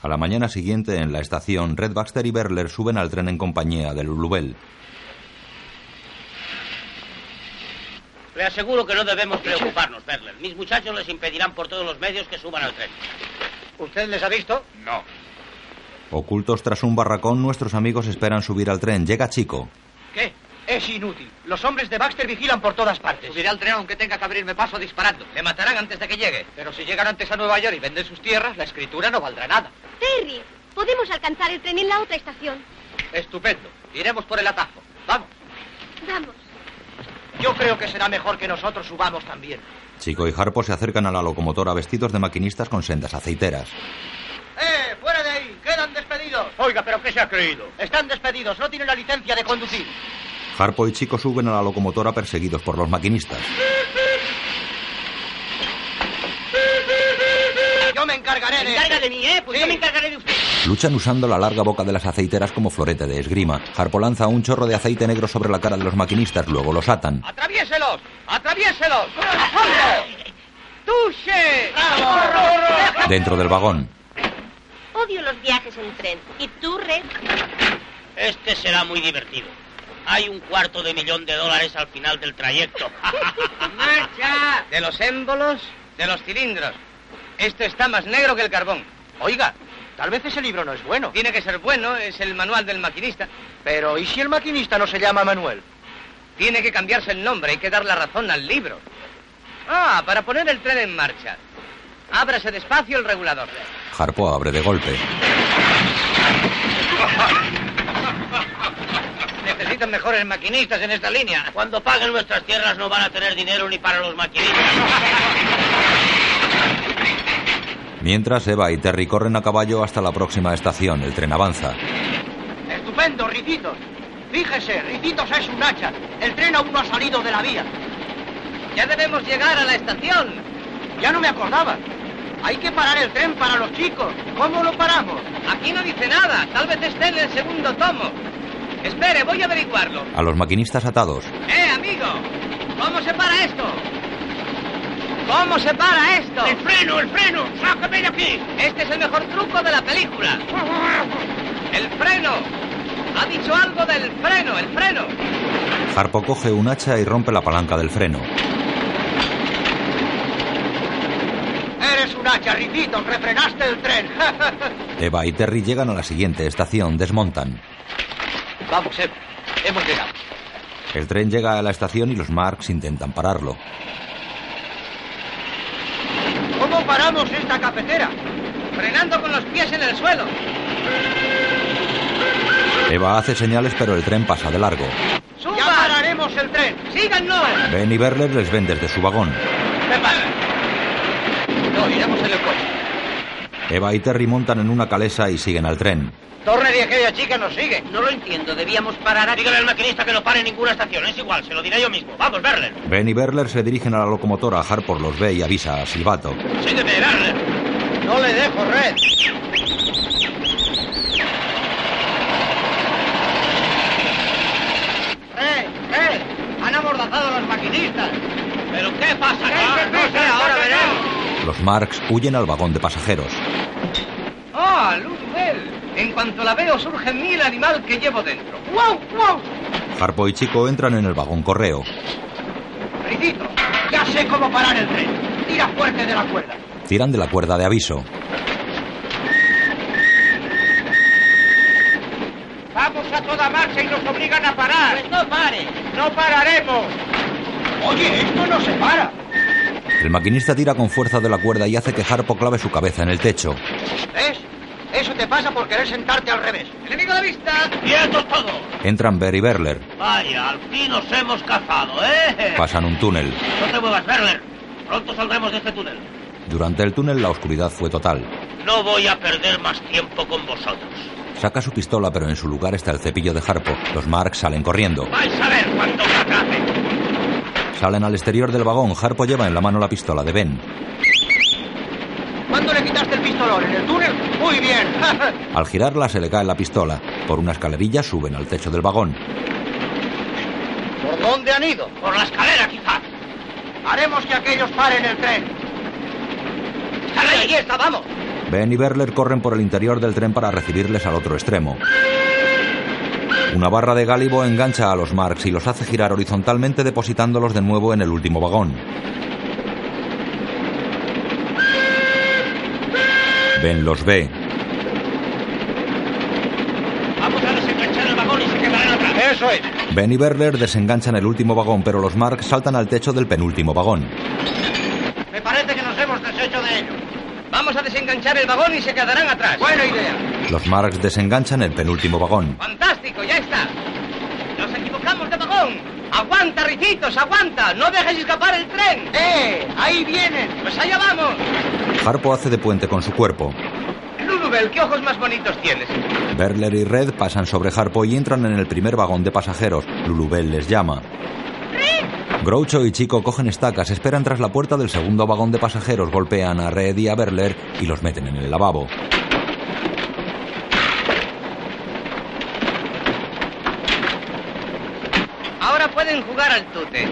Speaker 1: A la mañana siguiente, en la estación, Red Baxter y Berler suben al tren en compañía de Lulubel.
Speaker 9: Le aseguro que no debemos preocuparnos, Berler. Mis muchachos les impedirán por todos los medios que suban al tren.
Speaker 5: ¿Usted les ha visto?
Speaker 9: No.
Speaker 1: Ocultos tras un barracón, nuestros amigos esperan subir al tren. Llega Chico.
Speaker 5: ¿Qué? Es inútil. Los hombres de Baxter vigilan por todas partes.
Speaker 3: Subirá al tren aunque tenga que abrirme paso disparando. Le matarán antes de que llegue. Pero si llegan antes a Nueva York y venden sus tierras, la escritura no valdrá nada.
Speaker 14: Eh.
Speaker 8: Terry, podemos alcanzar el tren en la otra estación.
Speaker 3: Estupendo. Iremos por el atajo. Vamos.
Speaker 8: Vamos.
Speaker 5: Yo creo que será mejor que nosotros subamos también.
Speaker 1: Chico y Harpo se acercan a la locomotora vestidos de maquinistas con sendas aceiteras.
Speaker 5: ¡Eh! ¡Fuera de ahí! ¡Quedan despedidos!
Speaker 4: Oiga, ¿pero qué se ha creído?
Speaker 5: Están despedidos. No tienen la licencia de conducir.
Speaker 1: Harpo y Chico suben a la locomotora perseguidos por los maquinistas.
Speaker 5: Yo me encargaré de...
Speaker 10: Encarga de mí, ¿eh? Pues yo me encargaré de usted.
Speaker 1: Luchan usando la larga boca de las aceiteras como florete de esgrima. Harpo lanza un chorro de aceite negro sobre la cara de los maquinistas, luego los atan.
Speaker 3: ¡Atraviéselos! ¡Atraviéselos!
Speaker 10: ¡Tuche!
Speaker 1: Dentro del vagón,
Speaker 10: Odio los viajes en tren. ¿Y tú, Red?
Speaker 9: Este será muy divertido. Hay un cuarto de millón de dólares al final del trayecto.
Speaker 3: ¡Marcha! De los émbolos, de los cilindros. Esto está más negro que el carbón. Oiga,
Speaker 5: Tal vez ese libro no es bueno.
Speaker 3: tiene que ser bueno, es el manual del maquinista.
Speaker 5: Pero, ¿y si el maquinista no se llama Manuel?
Speaker 3: Tiene que cambiarse el nombre, hay que dar la razón al libro. Ah, para poner el tren en marcha. Ábrase despacio el regulador.
Speaker 1: Harpo abre de golpe.
Speaker 15: necesitan mejores maquinistas en esta línea.
Speaker 9: Cuando paguen nuestras tierras no van a tener dinero ni para los maquinistas.
Speaker 1: Mientras Eva y Terry corren a caballo hasta la próxima estación, el tren avanza.
Speaker 5: Estupendo, Ricitos. Fíjese, Ricitos es un hacha. El tren aún no ha salido de la vía.
Speaker 3: Ya debemos llegar a la estación.
Speaker 5: Ya no me acordaba. Hay que parar el tren para los chicos. ¿Cómo lo paramos?
Speaker 3: Aquí no dice nada. Tal vez esté en el segundo tomo. Espere, voy a averiguarlo.
Speaker 1: A los maquinistas atados,
Speaker 3: ¡Eh, amigo! ¿Cómo se para esto? ¿Cómo se para esto?
Speaker 9: ¡El freno, el freno! ¡Sácame de aquí!
Speaker 3: Este es el mejor truco de la película. ¡El freno! Ha dicho algo del freno, el freno.
Speaker 1: Harpo coge un hacha y rompe la palanca del freno.
Speaker 5: Eres un hacha, Ricitos. Refrenaste el tren.
Speaker 1: Eva y Terry llegan a la siguiente estación, desmontan.
Speaker 6: Vamos,
Speaker 5: eh.
Speaker 6: Eva. Hemos llegado.
Speaker 1: El tren llega a la estación y los Marx intentan pararlo.
Speaker 5: ¿Cómo paramos esta cafetera?
Speaker 3: Frenando con los pies en el suelo.
Speaker 1: Eva hace señales pero el tren pasa de largo.
Speaker 5: Ya pararemos el tren.
Speaker 3: ¡Síganos!
Speaker 1: Ben y Berler les ven desde su vagón.
Speaker 3: No, iremos en el coche.
Speaker 1: Eva y Terry montan en una calesa y siguen al tren.
Speaker 5: Torre de aquella chica nos sigue.
Speaker 10: No lo entiendo, debíamos parar aquí.
Speaker 9: Dígale al maquinista que no pare en ninguna estación, es igual, se lo diré yo mismo. Vamos, Berler.
Speaker 1: Ben y Berler se dirigen a la locomotora, Harper los ve y avisa a Silvato.
Speaker 9: Sígueme, Berler.
Speaker 5: No le dejo red. ¡Eh! ¡Eh! ¡Han amordazado a los maquinistas!
Speaker 9: ¿Pero qué pasa acá?
Speaker 5: No sé, ahora veremos.
Speaker 1: Los Marx huyen al vagón de pasajeros.
Speaker 3: ¡Ah, Luzbel! En cuanto la veo, surge en mí el animal que llevo dentro.
Speaker 5: ¡Wow! ¡Wow!
Speaker 1: Harpo y Chico entran en el vagón correo.
Speaker 5: Ricito, ya sé cómo parar el tren. Tira fuerte de la cuerda.
Speaker 1: Tiran de la cuerda de aviso.
Speaker 15: Vamos a toda marcha y nos obligan a parar.
Speaker 3: Pues no pare.
Speaker 15: No pararemos.
Speaker 5: Oye, esto no se para.
Speaker 1: El maquinista tira con fuerza de la cuerda y hace que Harpo clave su cabeza en el techo.
Speaker 5: ¿Ves? Eso te pasa por querer sentarte al revés.
Speaker 3: ¡Enemigo de vista!
Speaker 9: ¡Quietos todos!
Speaker 1: Entran Ber y Berler.
Speaker 9: Vaya, al fin nos hemos cazado, ¿eh?
Speaker 1: Pasan un túnel.
Speaker 9: No te muevas, Berler. Pronto saldremos de este túnel.
Speaker 1: Durante el túnel la oscuridad fue total.
Speaker 9: No voy a perder más tiempo con vosotros.
Speaker 1: Saca su pistola, pero en su lugar está el cepillo de Harpo. Los Marx salen corriendo.
Speaker 9: Vais a ver cuánto os acabe.
Speaker 1: Salen al exterior del vagón. Harpo lleva en la mano la pistola de Ben.
Speaker 5: ¿Cuándo le quitaste el pistolón? ¿En el túnel? Muy bien.
Speaker 1: Al girarla se le cae la pistola. Por una escalerilla suben al techo del vagón.
Speaker 5: ¿Por dónde han ido?
Speaker 9: Por la escalera, quizás.
Speaker 5: Haremos que aquellos paren el tren.
Speaker 9: ¡Escalera!
Speaker 5: Ahí está, vamos.
Speaker 1: Ben y Berler corren por el interior del tren para recibirles al otro extremo. Una barra de gálibo engancha a los Marx y los hace girar horizontalmente depositándolos de nuevo en el último vagón. Ben los ve.
Speaker 9: Vamos a desenganchar el vagón y se quedarán atrás.
Speaker 5: Eso es.
Speaker 1: Ben y Berler desenganchan el último vagón, pero los Marx saltan al techo del penúltimo vagón.
Speaker 5: Me parece que nos hemos deshecho de ellos.
Speaker 3: Vamos a desenganchar el vagón y se quedarán atrás.
Speaker 5: Buena idea.
Speaker 1: Los Marx desenganchan el penúltimo vagón.
Speaker 3: ¡Fantástico! ¡Ya está! ¡Nos equivocamos de vagón! ¡Aguanta, Ricitos! ¡Aguanta! ¡No dejes escapar el tren!
Speaker 5: ¡Eh! Ahí vienen.
Speaker 3: ¡Pues allá vamos!
Speaker 1: Harpo hace de puente con su cuerpo.
Speaker 3: Lulubel, ¿qué ojos más bonitos tienes?
Speaker 1: Berler y Red pasan sobre Harpo y entran en el primer vagón de pasajeros. Lulubel les llama. Groucho y Chico cogen estacas, esperan tras la puerta del segundo vagón de pasajeros, golpean a Red y a Berler y los meten en el lavabo.
Speaker 3: Ahora pueden jugar al tute.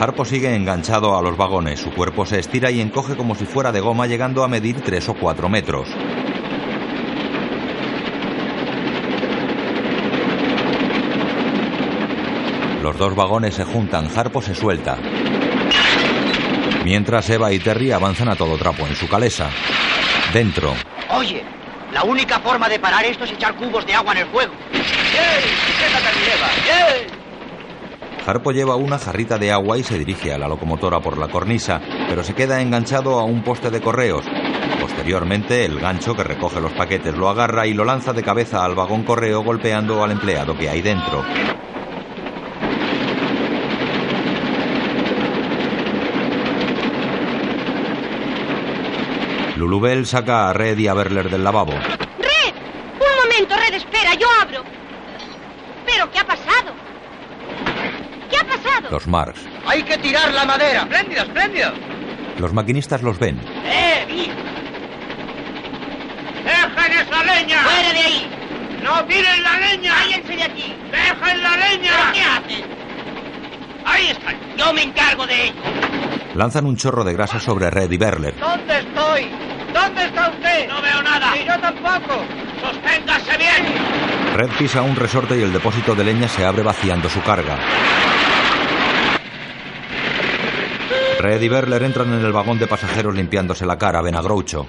Speaker 1: Harpo sigue enganchado a los vagones, su cuerpo se estira y encoge como si fuera de goma, llegando a medir 3 o 4 metros. Los dos vagones se juntan, Harpo se suelta. Mientras Eva y Terry avanzan a todo trapo en su calesa. Dentro,
Speaker 5: Oye, la única forma de parar esto es echar cubos de agua en el fuego. ¡Yey! ¡Sujétate a mi leva! ¡Yey!
Speaker 1: Harpo lleva una jarrita de agua y se dirige a la locomotora por la cornisa, pero se queda enganchado a un poste de correos. Poste Posteriormente, el gancho que recoge los paquetes lo agarra y lo lanza de cabeza al vagón correo golpeando al empleado que hay dentro. Lulubel saca a Red y a Berler del lavabo.
Speaker 8: ¡Red! Un momento, Red, espera, yo abro. ¿Pero qué ha pasado? ¿Qué ha pasado?
Speaker 1: Los Marx.
Speaker 5: Hay que tirar la madera.
Speaker 3: Espléndido, espléndido.
Speaker 1: Los maquinistas los ven.
Speaker 3: ¡Eh, vi!
Speaker 15: ¡Dejen esa leña!
Speaker 10: ¡Fuera de ahí!
Speaker 15: ¡No tiren la leña!
Speaker 10: ¡Váyanse de aquí!
Speaker 15: ¡Dejen la leña!
Speaker 10: ¿Pero qué hacen? Ahí están. Yo me encargo de ellos.
Speaker 1: Lanzan un chorro de grasa sobre Red y Berler.
Speaker 5: ¿Dónde estoy? ¿Dónde está usted?
Speaker 9: No veo nada.
Speaker 5: Y yo tampoco.
Speaker 9: ¡Sosténgase bien!
Speaker 1: Red pisa un resorte y el depósito de leña se abre vaciando su carga. Red y Berler entran en el vagón de pasajeros limpiándose la cara, ven a Groucho.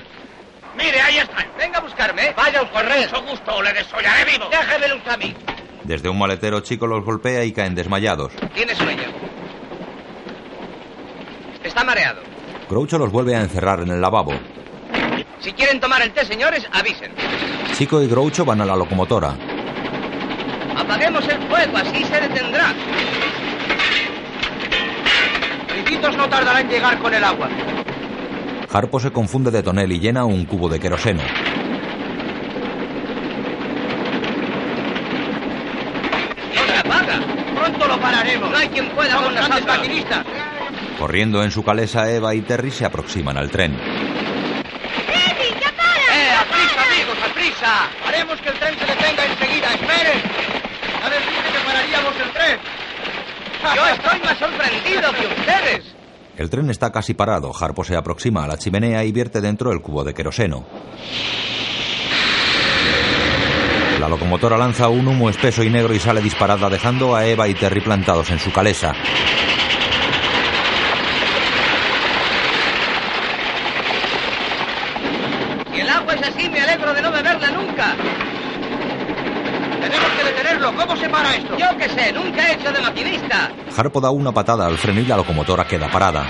Speaker 9: ¡Mire, ahí están!
Speaker 5: Venga a buscarme. ¿eh? Vaya con Red.
Speaker 9: Mucho gusto, le desollaré vivo.
Speaker 5: Déjeme usted a mí.
Speaker 1: Desde un maletero chico los golpea y caen desmayados.
Speaker 3: Tiene sueño. Está mareado.
Speaker 1: Groucho los vuelve a encerrar en el lavabo.
Speaker 3: Si quieren tomar el té, señores, avisen.
Speaker 1: Chico y Groucho van a la locomotora.
Speaker 3: Apaguemos el fuego, así se detendrá.
Speaker 5: Ricitos no tardará en llegar con el agua.
Speaker 1: Harpo se confunde de tonel y llena un cubo de queroseno.
Speaker 3: No se apaga.
Speaker 5: Pronto lo pararemos.
Speaker 3: No hay quien pueda
Speaker 5: Somos
Speaker 3: con
Speaker 5: grandes
Speaker 3: nosotros.
Speaker 5: maquinistas.
Speaker 1: Corriendo en su calesa, Eva y Terry se aproximan al tren.
Speaker 8: ¡Freddy, ya para!
Speaker 5: ¡Eh, a prisa, amigos, a prisa! Haremos que el tren se detenga enseguida. ¡Esperen! Ya les dije que pararíamos el tren.
Speaker 3: Yo estoy más sorprendido que ustedes.
Speaker 1: El tren está casi parado. Harpo se aproxima a la chimenea y vierte dentro el cubo de queroseno. La locomotora lanza un humo espeso y negro y sale disparada dejando a Eva y Terry plantados en su calesa.
Speaker 3: Y el agua es así, me alegro de no beberla nunca.
Speaker 5: Tenemos que detenerlo. ¿Cómo se para esto?
Speaker 3: Yo qué sé, nunca he hecho de maquinista.
Speaker 1: Harpo da una patada al freno y la locomotora queda parada.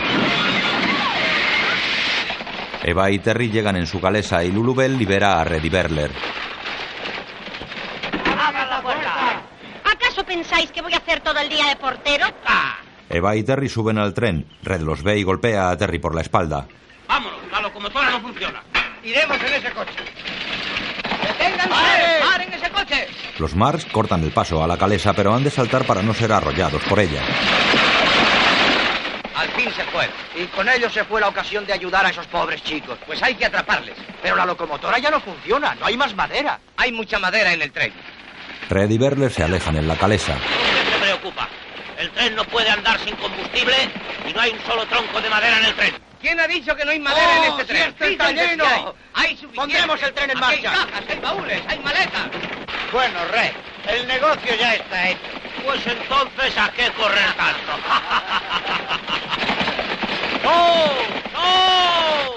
Speaker 1: Eva y Terry llegan en su calesa y Lulubel libera a Reddy Berler.
Speaker 10: ¡Abran la puerta!
Speaker 8: ¿Acaso pensáis que voy a hacer todo el día de portero?
Speaker 14: Ah.
Speaker 1: Eva y Terry suben al tren. Red los ve y golpea a Terry por la espalda.
Speaker 9: Vámonos, la locomotora no funciona.
Speaker 5: Iremos en ese coche.
Speaker 3: ¡Deténganse! ¡Paren ese coche!
Speaker 1: Los Mars cortan el paso a la calesa, pero han de saltar para no ser arrollados por ella.
Speaker 3: Al fin se fue.
Speaker 5: Y con ello se fue la ocasión de ayudar a esos pobres chicos.
Speaker 3: Pues hay que atraparles.
Speaker 5: Pero la locomotora ya no funciona, no hay más madera.
Speaker 3: Hay mucha madera en el tren.
Speaker 1: Red y Berler se alejan en la calesa.
Speaker 9: ¿Qué se preocupa? El tren no puede andar sin combustible y no hay un solo tronco de madera en el tren.
Speaker 3: ¿Quién ha dicho que no hay madera
Speaker 5: ¡Oh,
Speaker 3: en este
Speaker 5: si
Speaker 3: tren?
Speaker 5: este está
Speaker 3: Fíjense
Speaker 5: lleno!
Speaker 3: si hay. Hay suficiente.
Speaker 5: Pondremos el tren en
Speaker 3: Aquí
Speaker 5: marcha.
Speaker 3: Hay cajas, hay baúles, hay maletas.
Speaker 15: Bueno, Red, el negocio ya está hecho.
Speaker 9: Pues entonces, ¿a qué correr tanto? ¡Oh!
Speaker 15: ¡No! ¡No!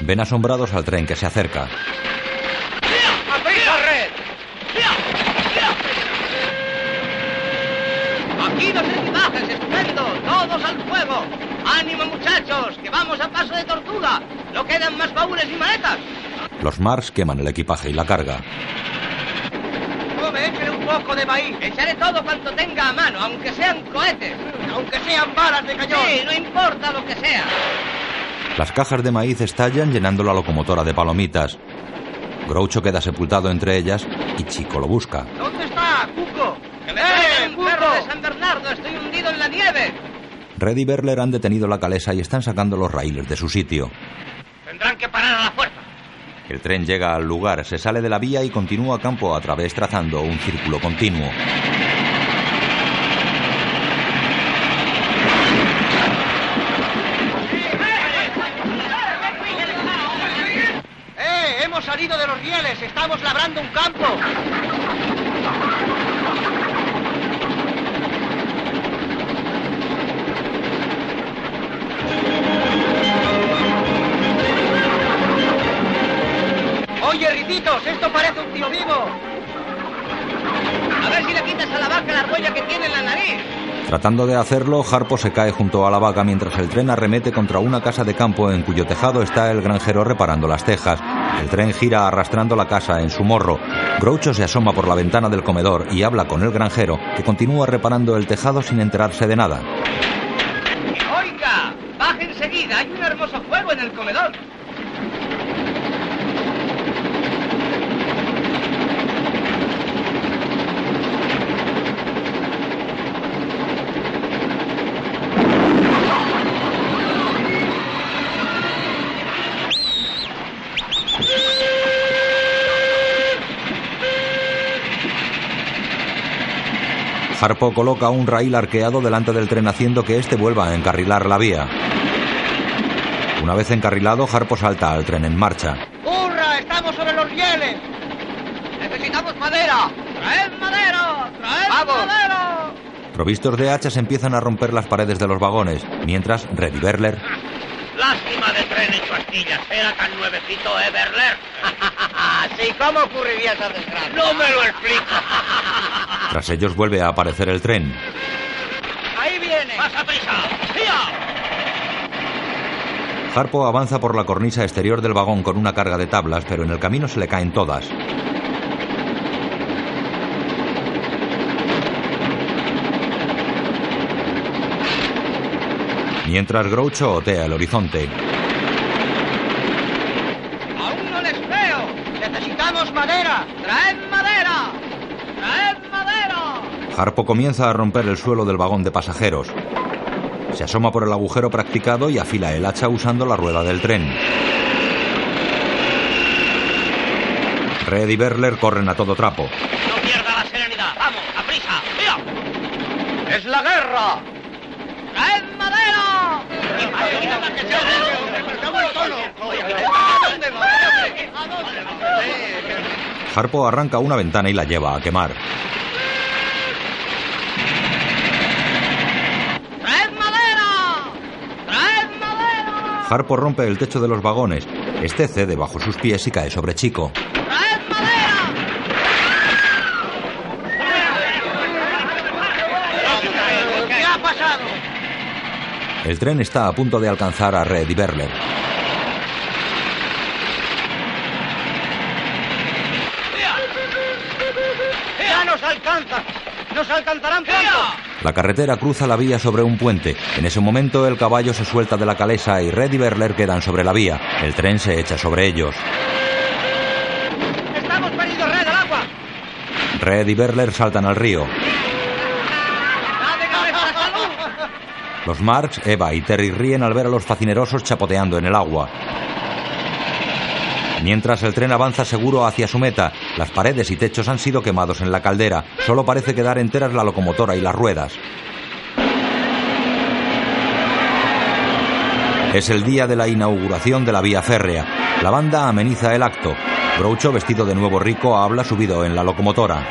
Speaker 1: Ven asombrados al tren que se acerca.
Speaker 5: ¡Aprisa, Red!
Speaker 3: Aquí los equipajes, estupendo. Todos al fuego. Ánimo, muchachos, que vamos a paso de tortuga. No quedan más baúles y maletas.
Speaker 1: Los Mars queman el equipaje y la carga.
Speaker 5: Come, échale un poco de maíz,
Speaker 3: Echaré todo cuanto tenga a mano, aunque sean cohetes.
Speaker 5: aunque sean balas de cañón.
Speaker 3: Sí, no importa lo que sea.
Speaker 1: Las cajas de maíz estallan llenando la locomotora de palomitas. Groucho queda sepultado entre ellas y Chico lo busca.
Speaker 5: ¿Dónde está, Cuco?
Speaker 3: Que me
Speaker 5: ¡Eh,
Speaker 3: traigan un
Speaker 5: Cuco!
Speaker 3: perro de San Bernardo, estoy hundido en la nieve.
Speaker 1: Red y Berler han detenido la calesa y están sacando los raíles de su sitio.
Speaker 9: Tendrán que parar a la fuerza.
Speaker 1: El tren llega al lugar, se sale de la vía y continúa campo a través trazando un círculo continuo.
Speaker 5: ¡Eh! ¡Hemos salido de los rieles! ¡Estamos labrando un campo! Oye, Ricitos, esto parece un tío vivo.
Speaker 3: A ver si le quitas a la vaca la argolla que tiene en la nariz.
Speaker 1: Tratando de hacerlo, Harpo se cae junto a la vaca mientras el tren arremete contra una casa de campo en cuyo tejado está el granjero reparando las tejas. El tren gira arrastrando la casa en su morro. Groucho se asoma por la ventana del comedor y habla con el granjero, que continúa reparando el tejado sin enterarse de nada.
Speaker 3: ¡Oiga! ¡Baje enseguida! ¡Hay un hermoso juego en el comedor!
Speaker 1: Harpo coloca un raíl arqueado delante del tren haciendo que éste vuelva a encarrilar la vía. Una vez encarrilado, Harpo salta al tren en marcha.
Speaker 5: ¡Hurra! ¡Estamos sobre los rieles!
Speaker 3: ¡Necesitamos madera!
Speaker 15: ¡Traed madera! ¡Traed
Speaker 3: Vamos.
Speaker 15: madera!
Speaker 1: Provistos de hachas empiezan a romper las paredes de los vagones, mientras Reddy Berler
Speaker 4: Lástima de tren hecho astillas. Era tan nuevecito, ¿eh, Berler?
Speaker 5: ¿Y cómo ocurriría esa desgracia?
Speaker 4: No me lo explico.
Speaker 1: Tras ellos vuelve a aparecer el tren.
Speaker 5: ¡Ahí viene!
Speaker 4: ¡Pasa prisa!
Speaker 1: Harpo avanza por la cornisa exterior del vagón con una carga de tablas, pero en el camino se le caen todas. Mientras Groucho otea el horizonte,
Speaker 5: ¡Aún no les veo! ¡Necesitamos madera! ¡Traed madera! ¡Traed madera!
Speaker 1: Harpo comienza a romper el suelo del vagón de pasajeros. Se asoma por el agujero practicado y afila el hacha usando la rueda del tren. Red y Berler corren a todo trapo.
Speaker 4: ¡No pierda la serenidad! ¡Vamos, a prisa! ¡Mira!
Speaker 3: ¡Es la guerra!
Speaker 15: ¡Traed madera!
Speaker 1: Harpo arranca una ventana y la lleva a quemar.
Speaker 15: ¡Traed madera! ¡Traed madera!
Speaker 1: Harpo rompe el techo de los vagones. Este cede bajo sus pies y cae sobre Chico.
Speaker 5: ¿Qué ha pasado?
Speaker 1: El tren está a punto de alcanzar a Red y Berler.
Speaker 5: ¡Ya nos alcanza! ¡Nos alcanzarán pronto!
Speaker 1: La carretera cruza la vía sobre un puente. En ese momento el caballo se suelta de la calesa y Red y Berler quedan sobre la vía. El tren se echa sobre ellos.
Speaker 5: ¡Estamos perdidos, Red, al agua!
Speaker 1: Red y Berler saltan al río.
Speaker 5: ¡Dale cabeza, salud!
Speaker 1: Los Marx, Eva y Terry ríen al ver a los facinerosos chapoteando en el agua. Mientras el tren avanza seguro hacia su meta, las paredes y techos han sido quemados en la caldera. Solo parece quedar enteras la locomotora y las ruedas. Es el día de la inauguración de la vía férrea. La banda ameniza el acto. Groucho, vestido de nuevo rico, habla subido en la locomotora.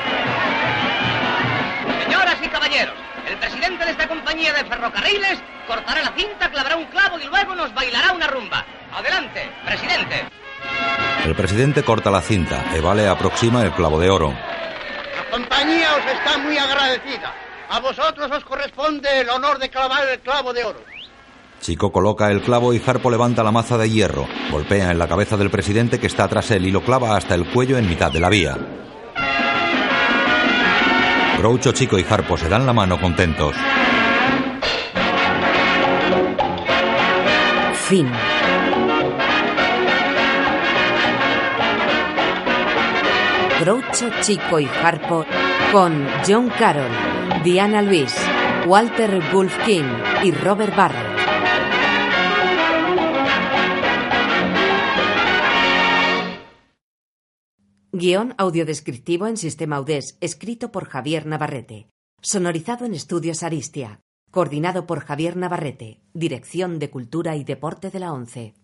Speaker 3: Señoras y caballeros, el presidente de esta compañía de ferrocarriles cortará la cinta, clavará un clavo y luego nos bailará una rumba. Adelante, presidente.
Speaker 1: El presidente corta la cinta. Eva le aproxima el clavo de oro.
Speaker 5: La compañía os está muy agradecida. A vosotros os corresponde el honor de clavar el clavo de oro.
Speaker 1: Chico coloca el clavo y Harpo levanta la maza de hierro, golpea en la cabeza del presidente que está tras él y lo clava hasta el cuello en mitad de la vía. Groucho, Chico y Harpo se dan la mano contentos.
Speaker 2: Fin. Groucho, Chico y Harpo con John Carroll, Diana Luis, Walter Wolfkin y Robert Barrett. Guión audiodescriptivo en sistema Audés, escrito por Javier Navarrete. Sonorizado en Estudios Aristia. Coordinado por Javier Navarrete, Dirección de Cultura y Deporte de la ONCE.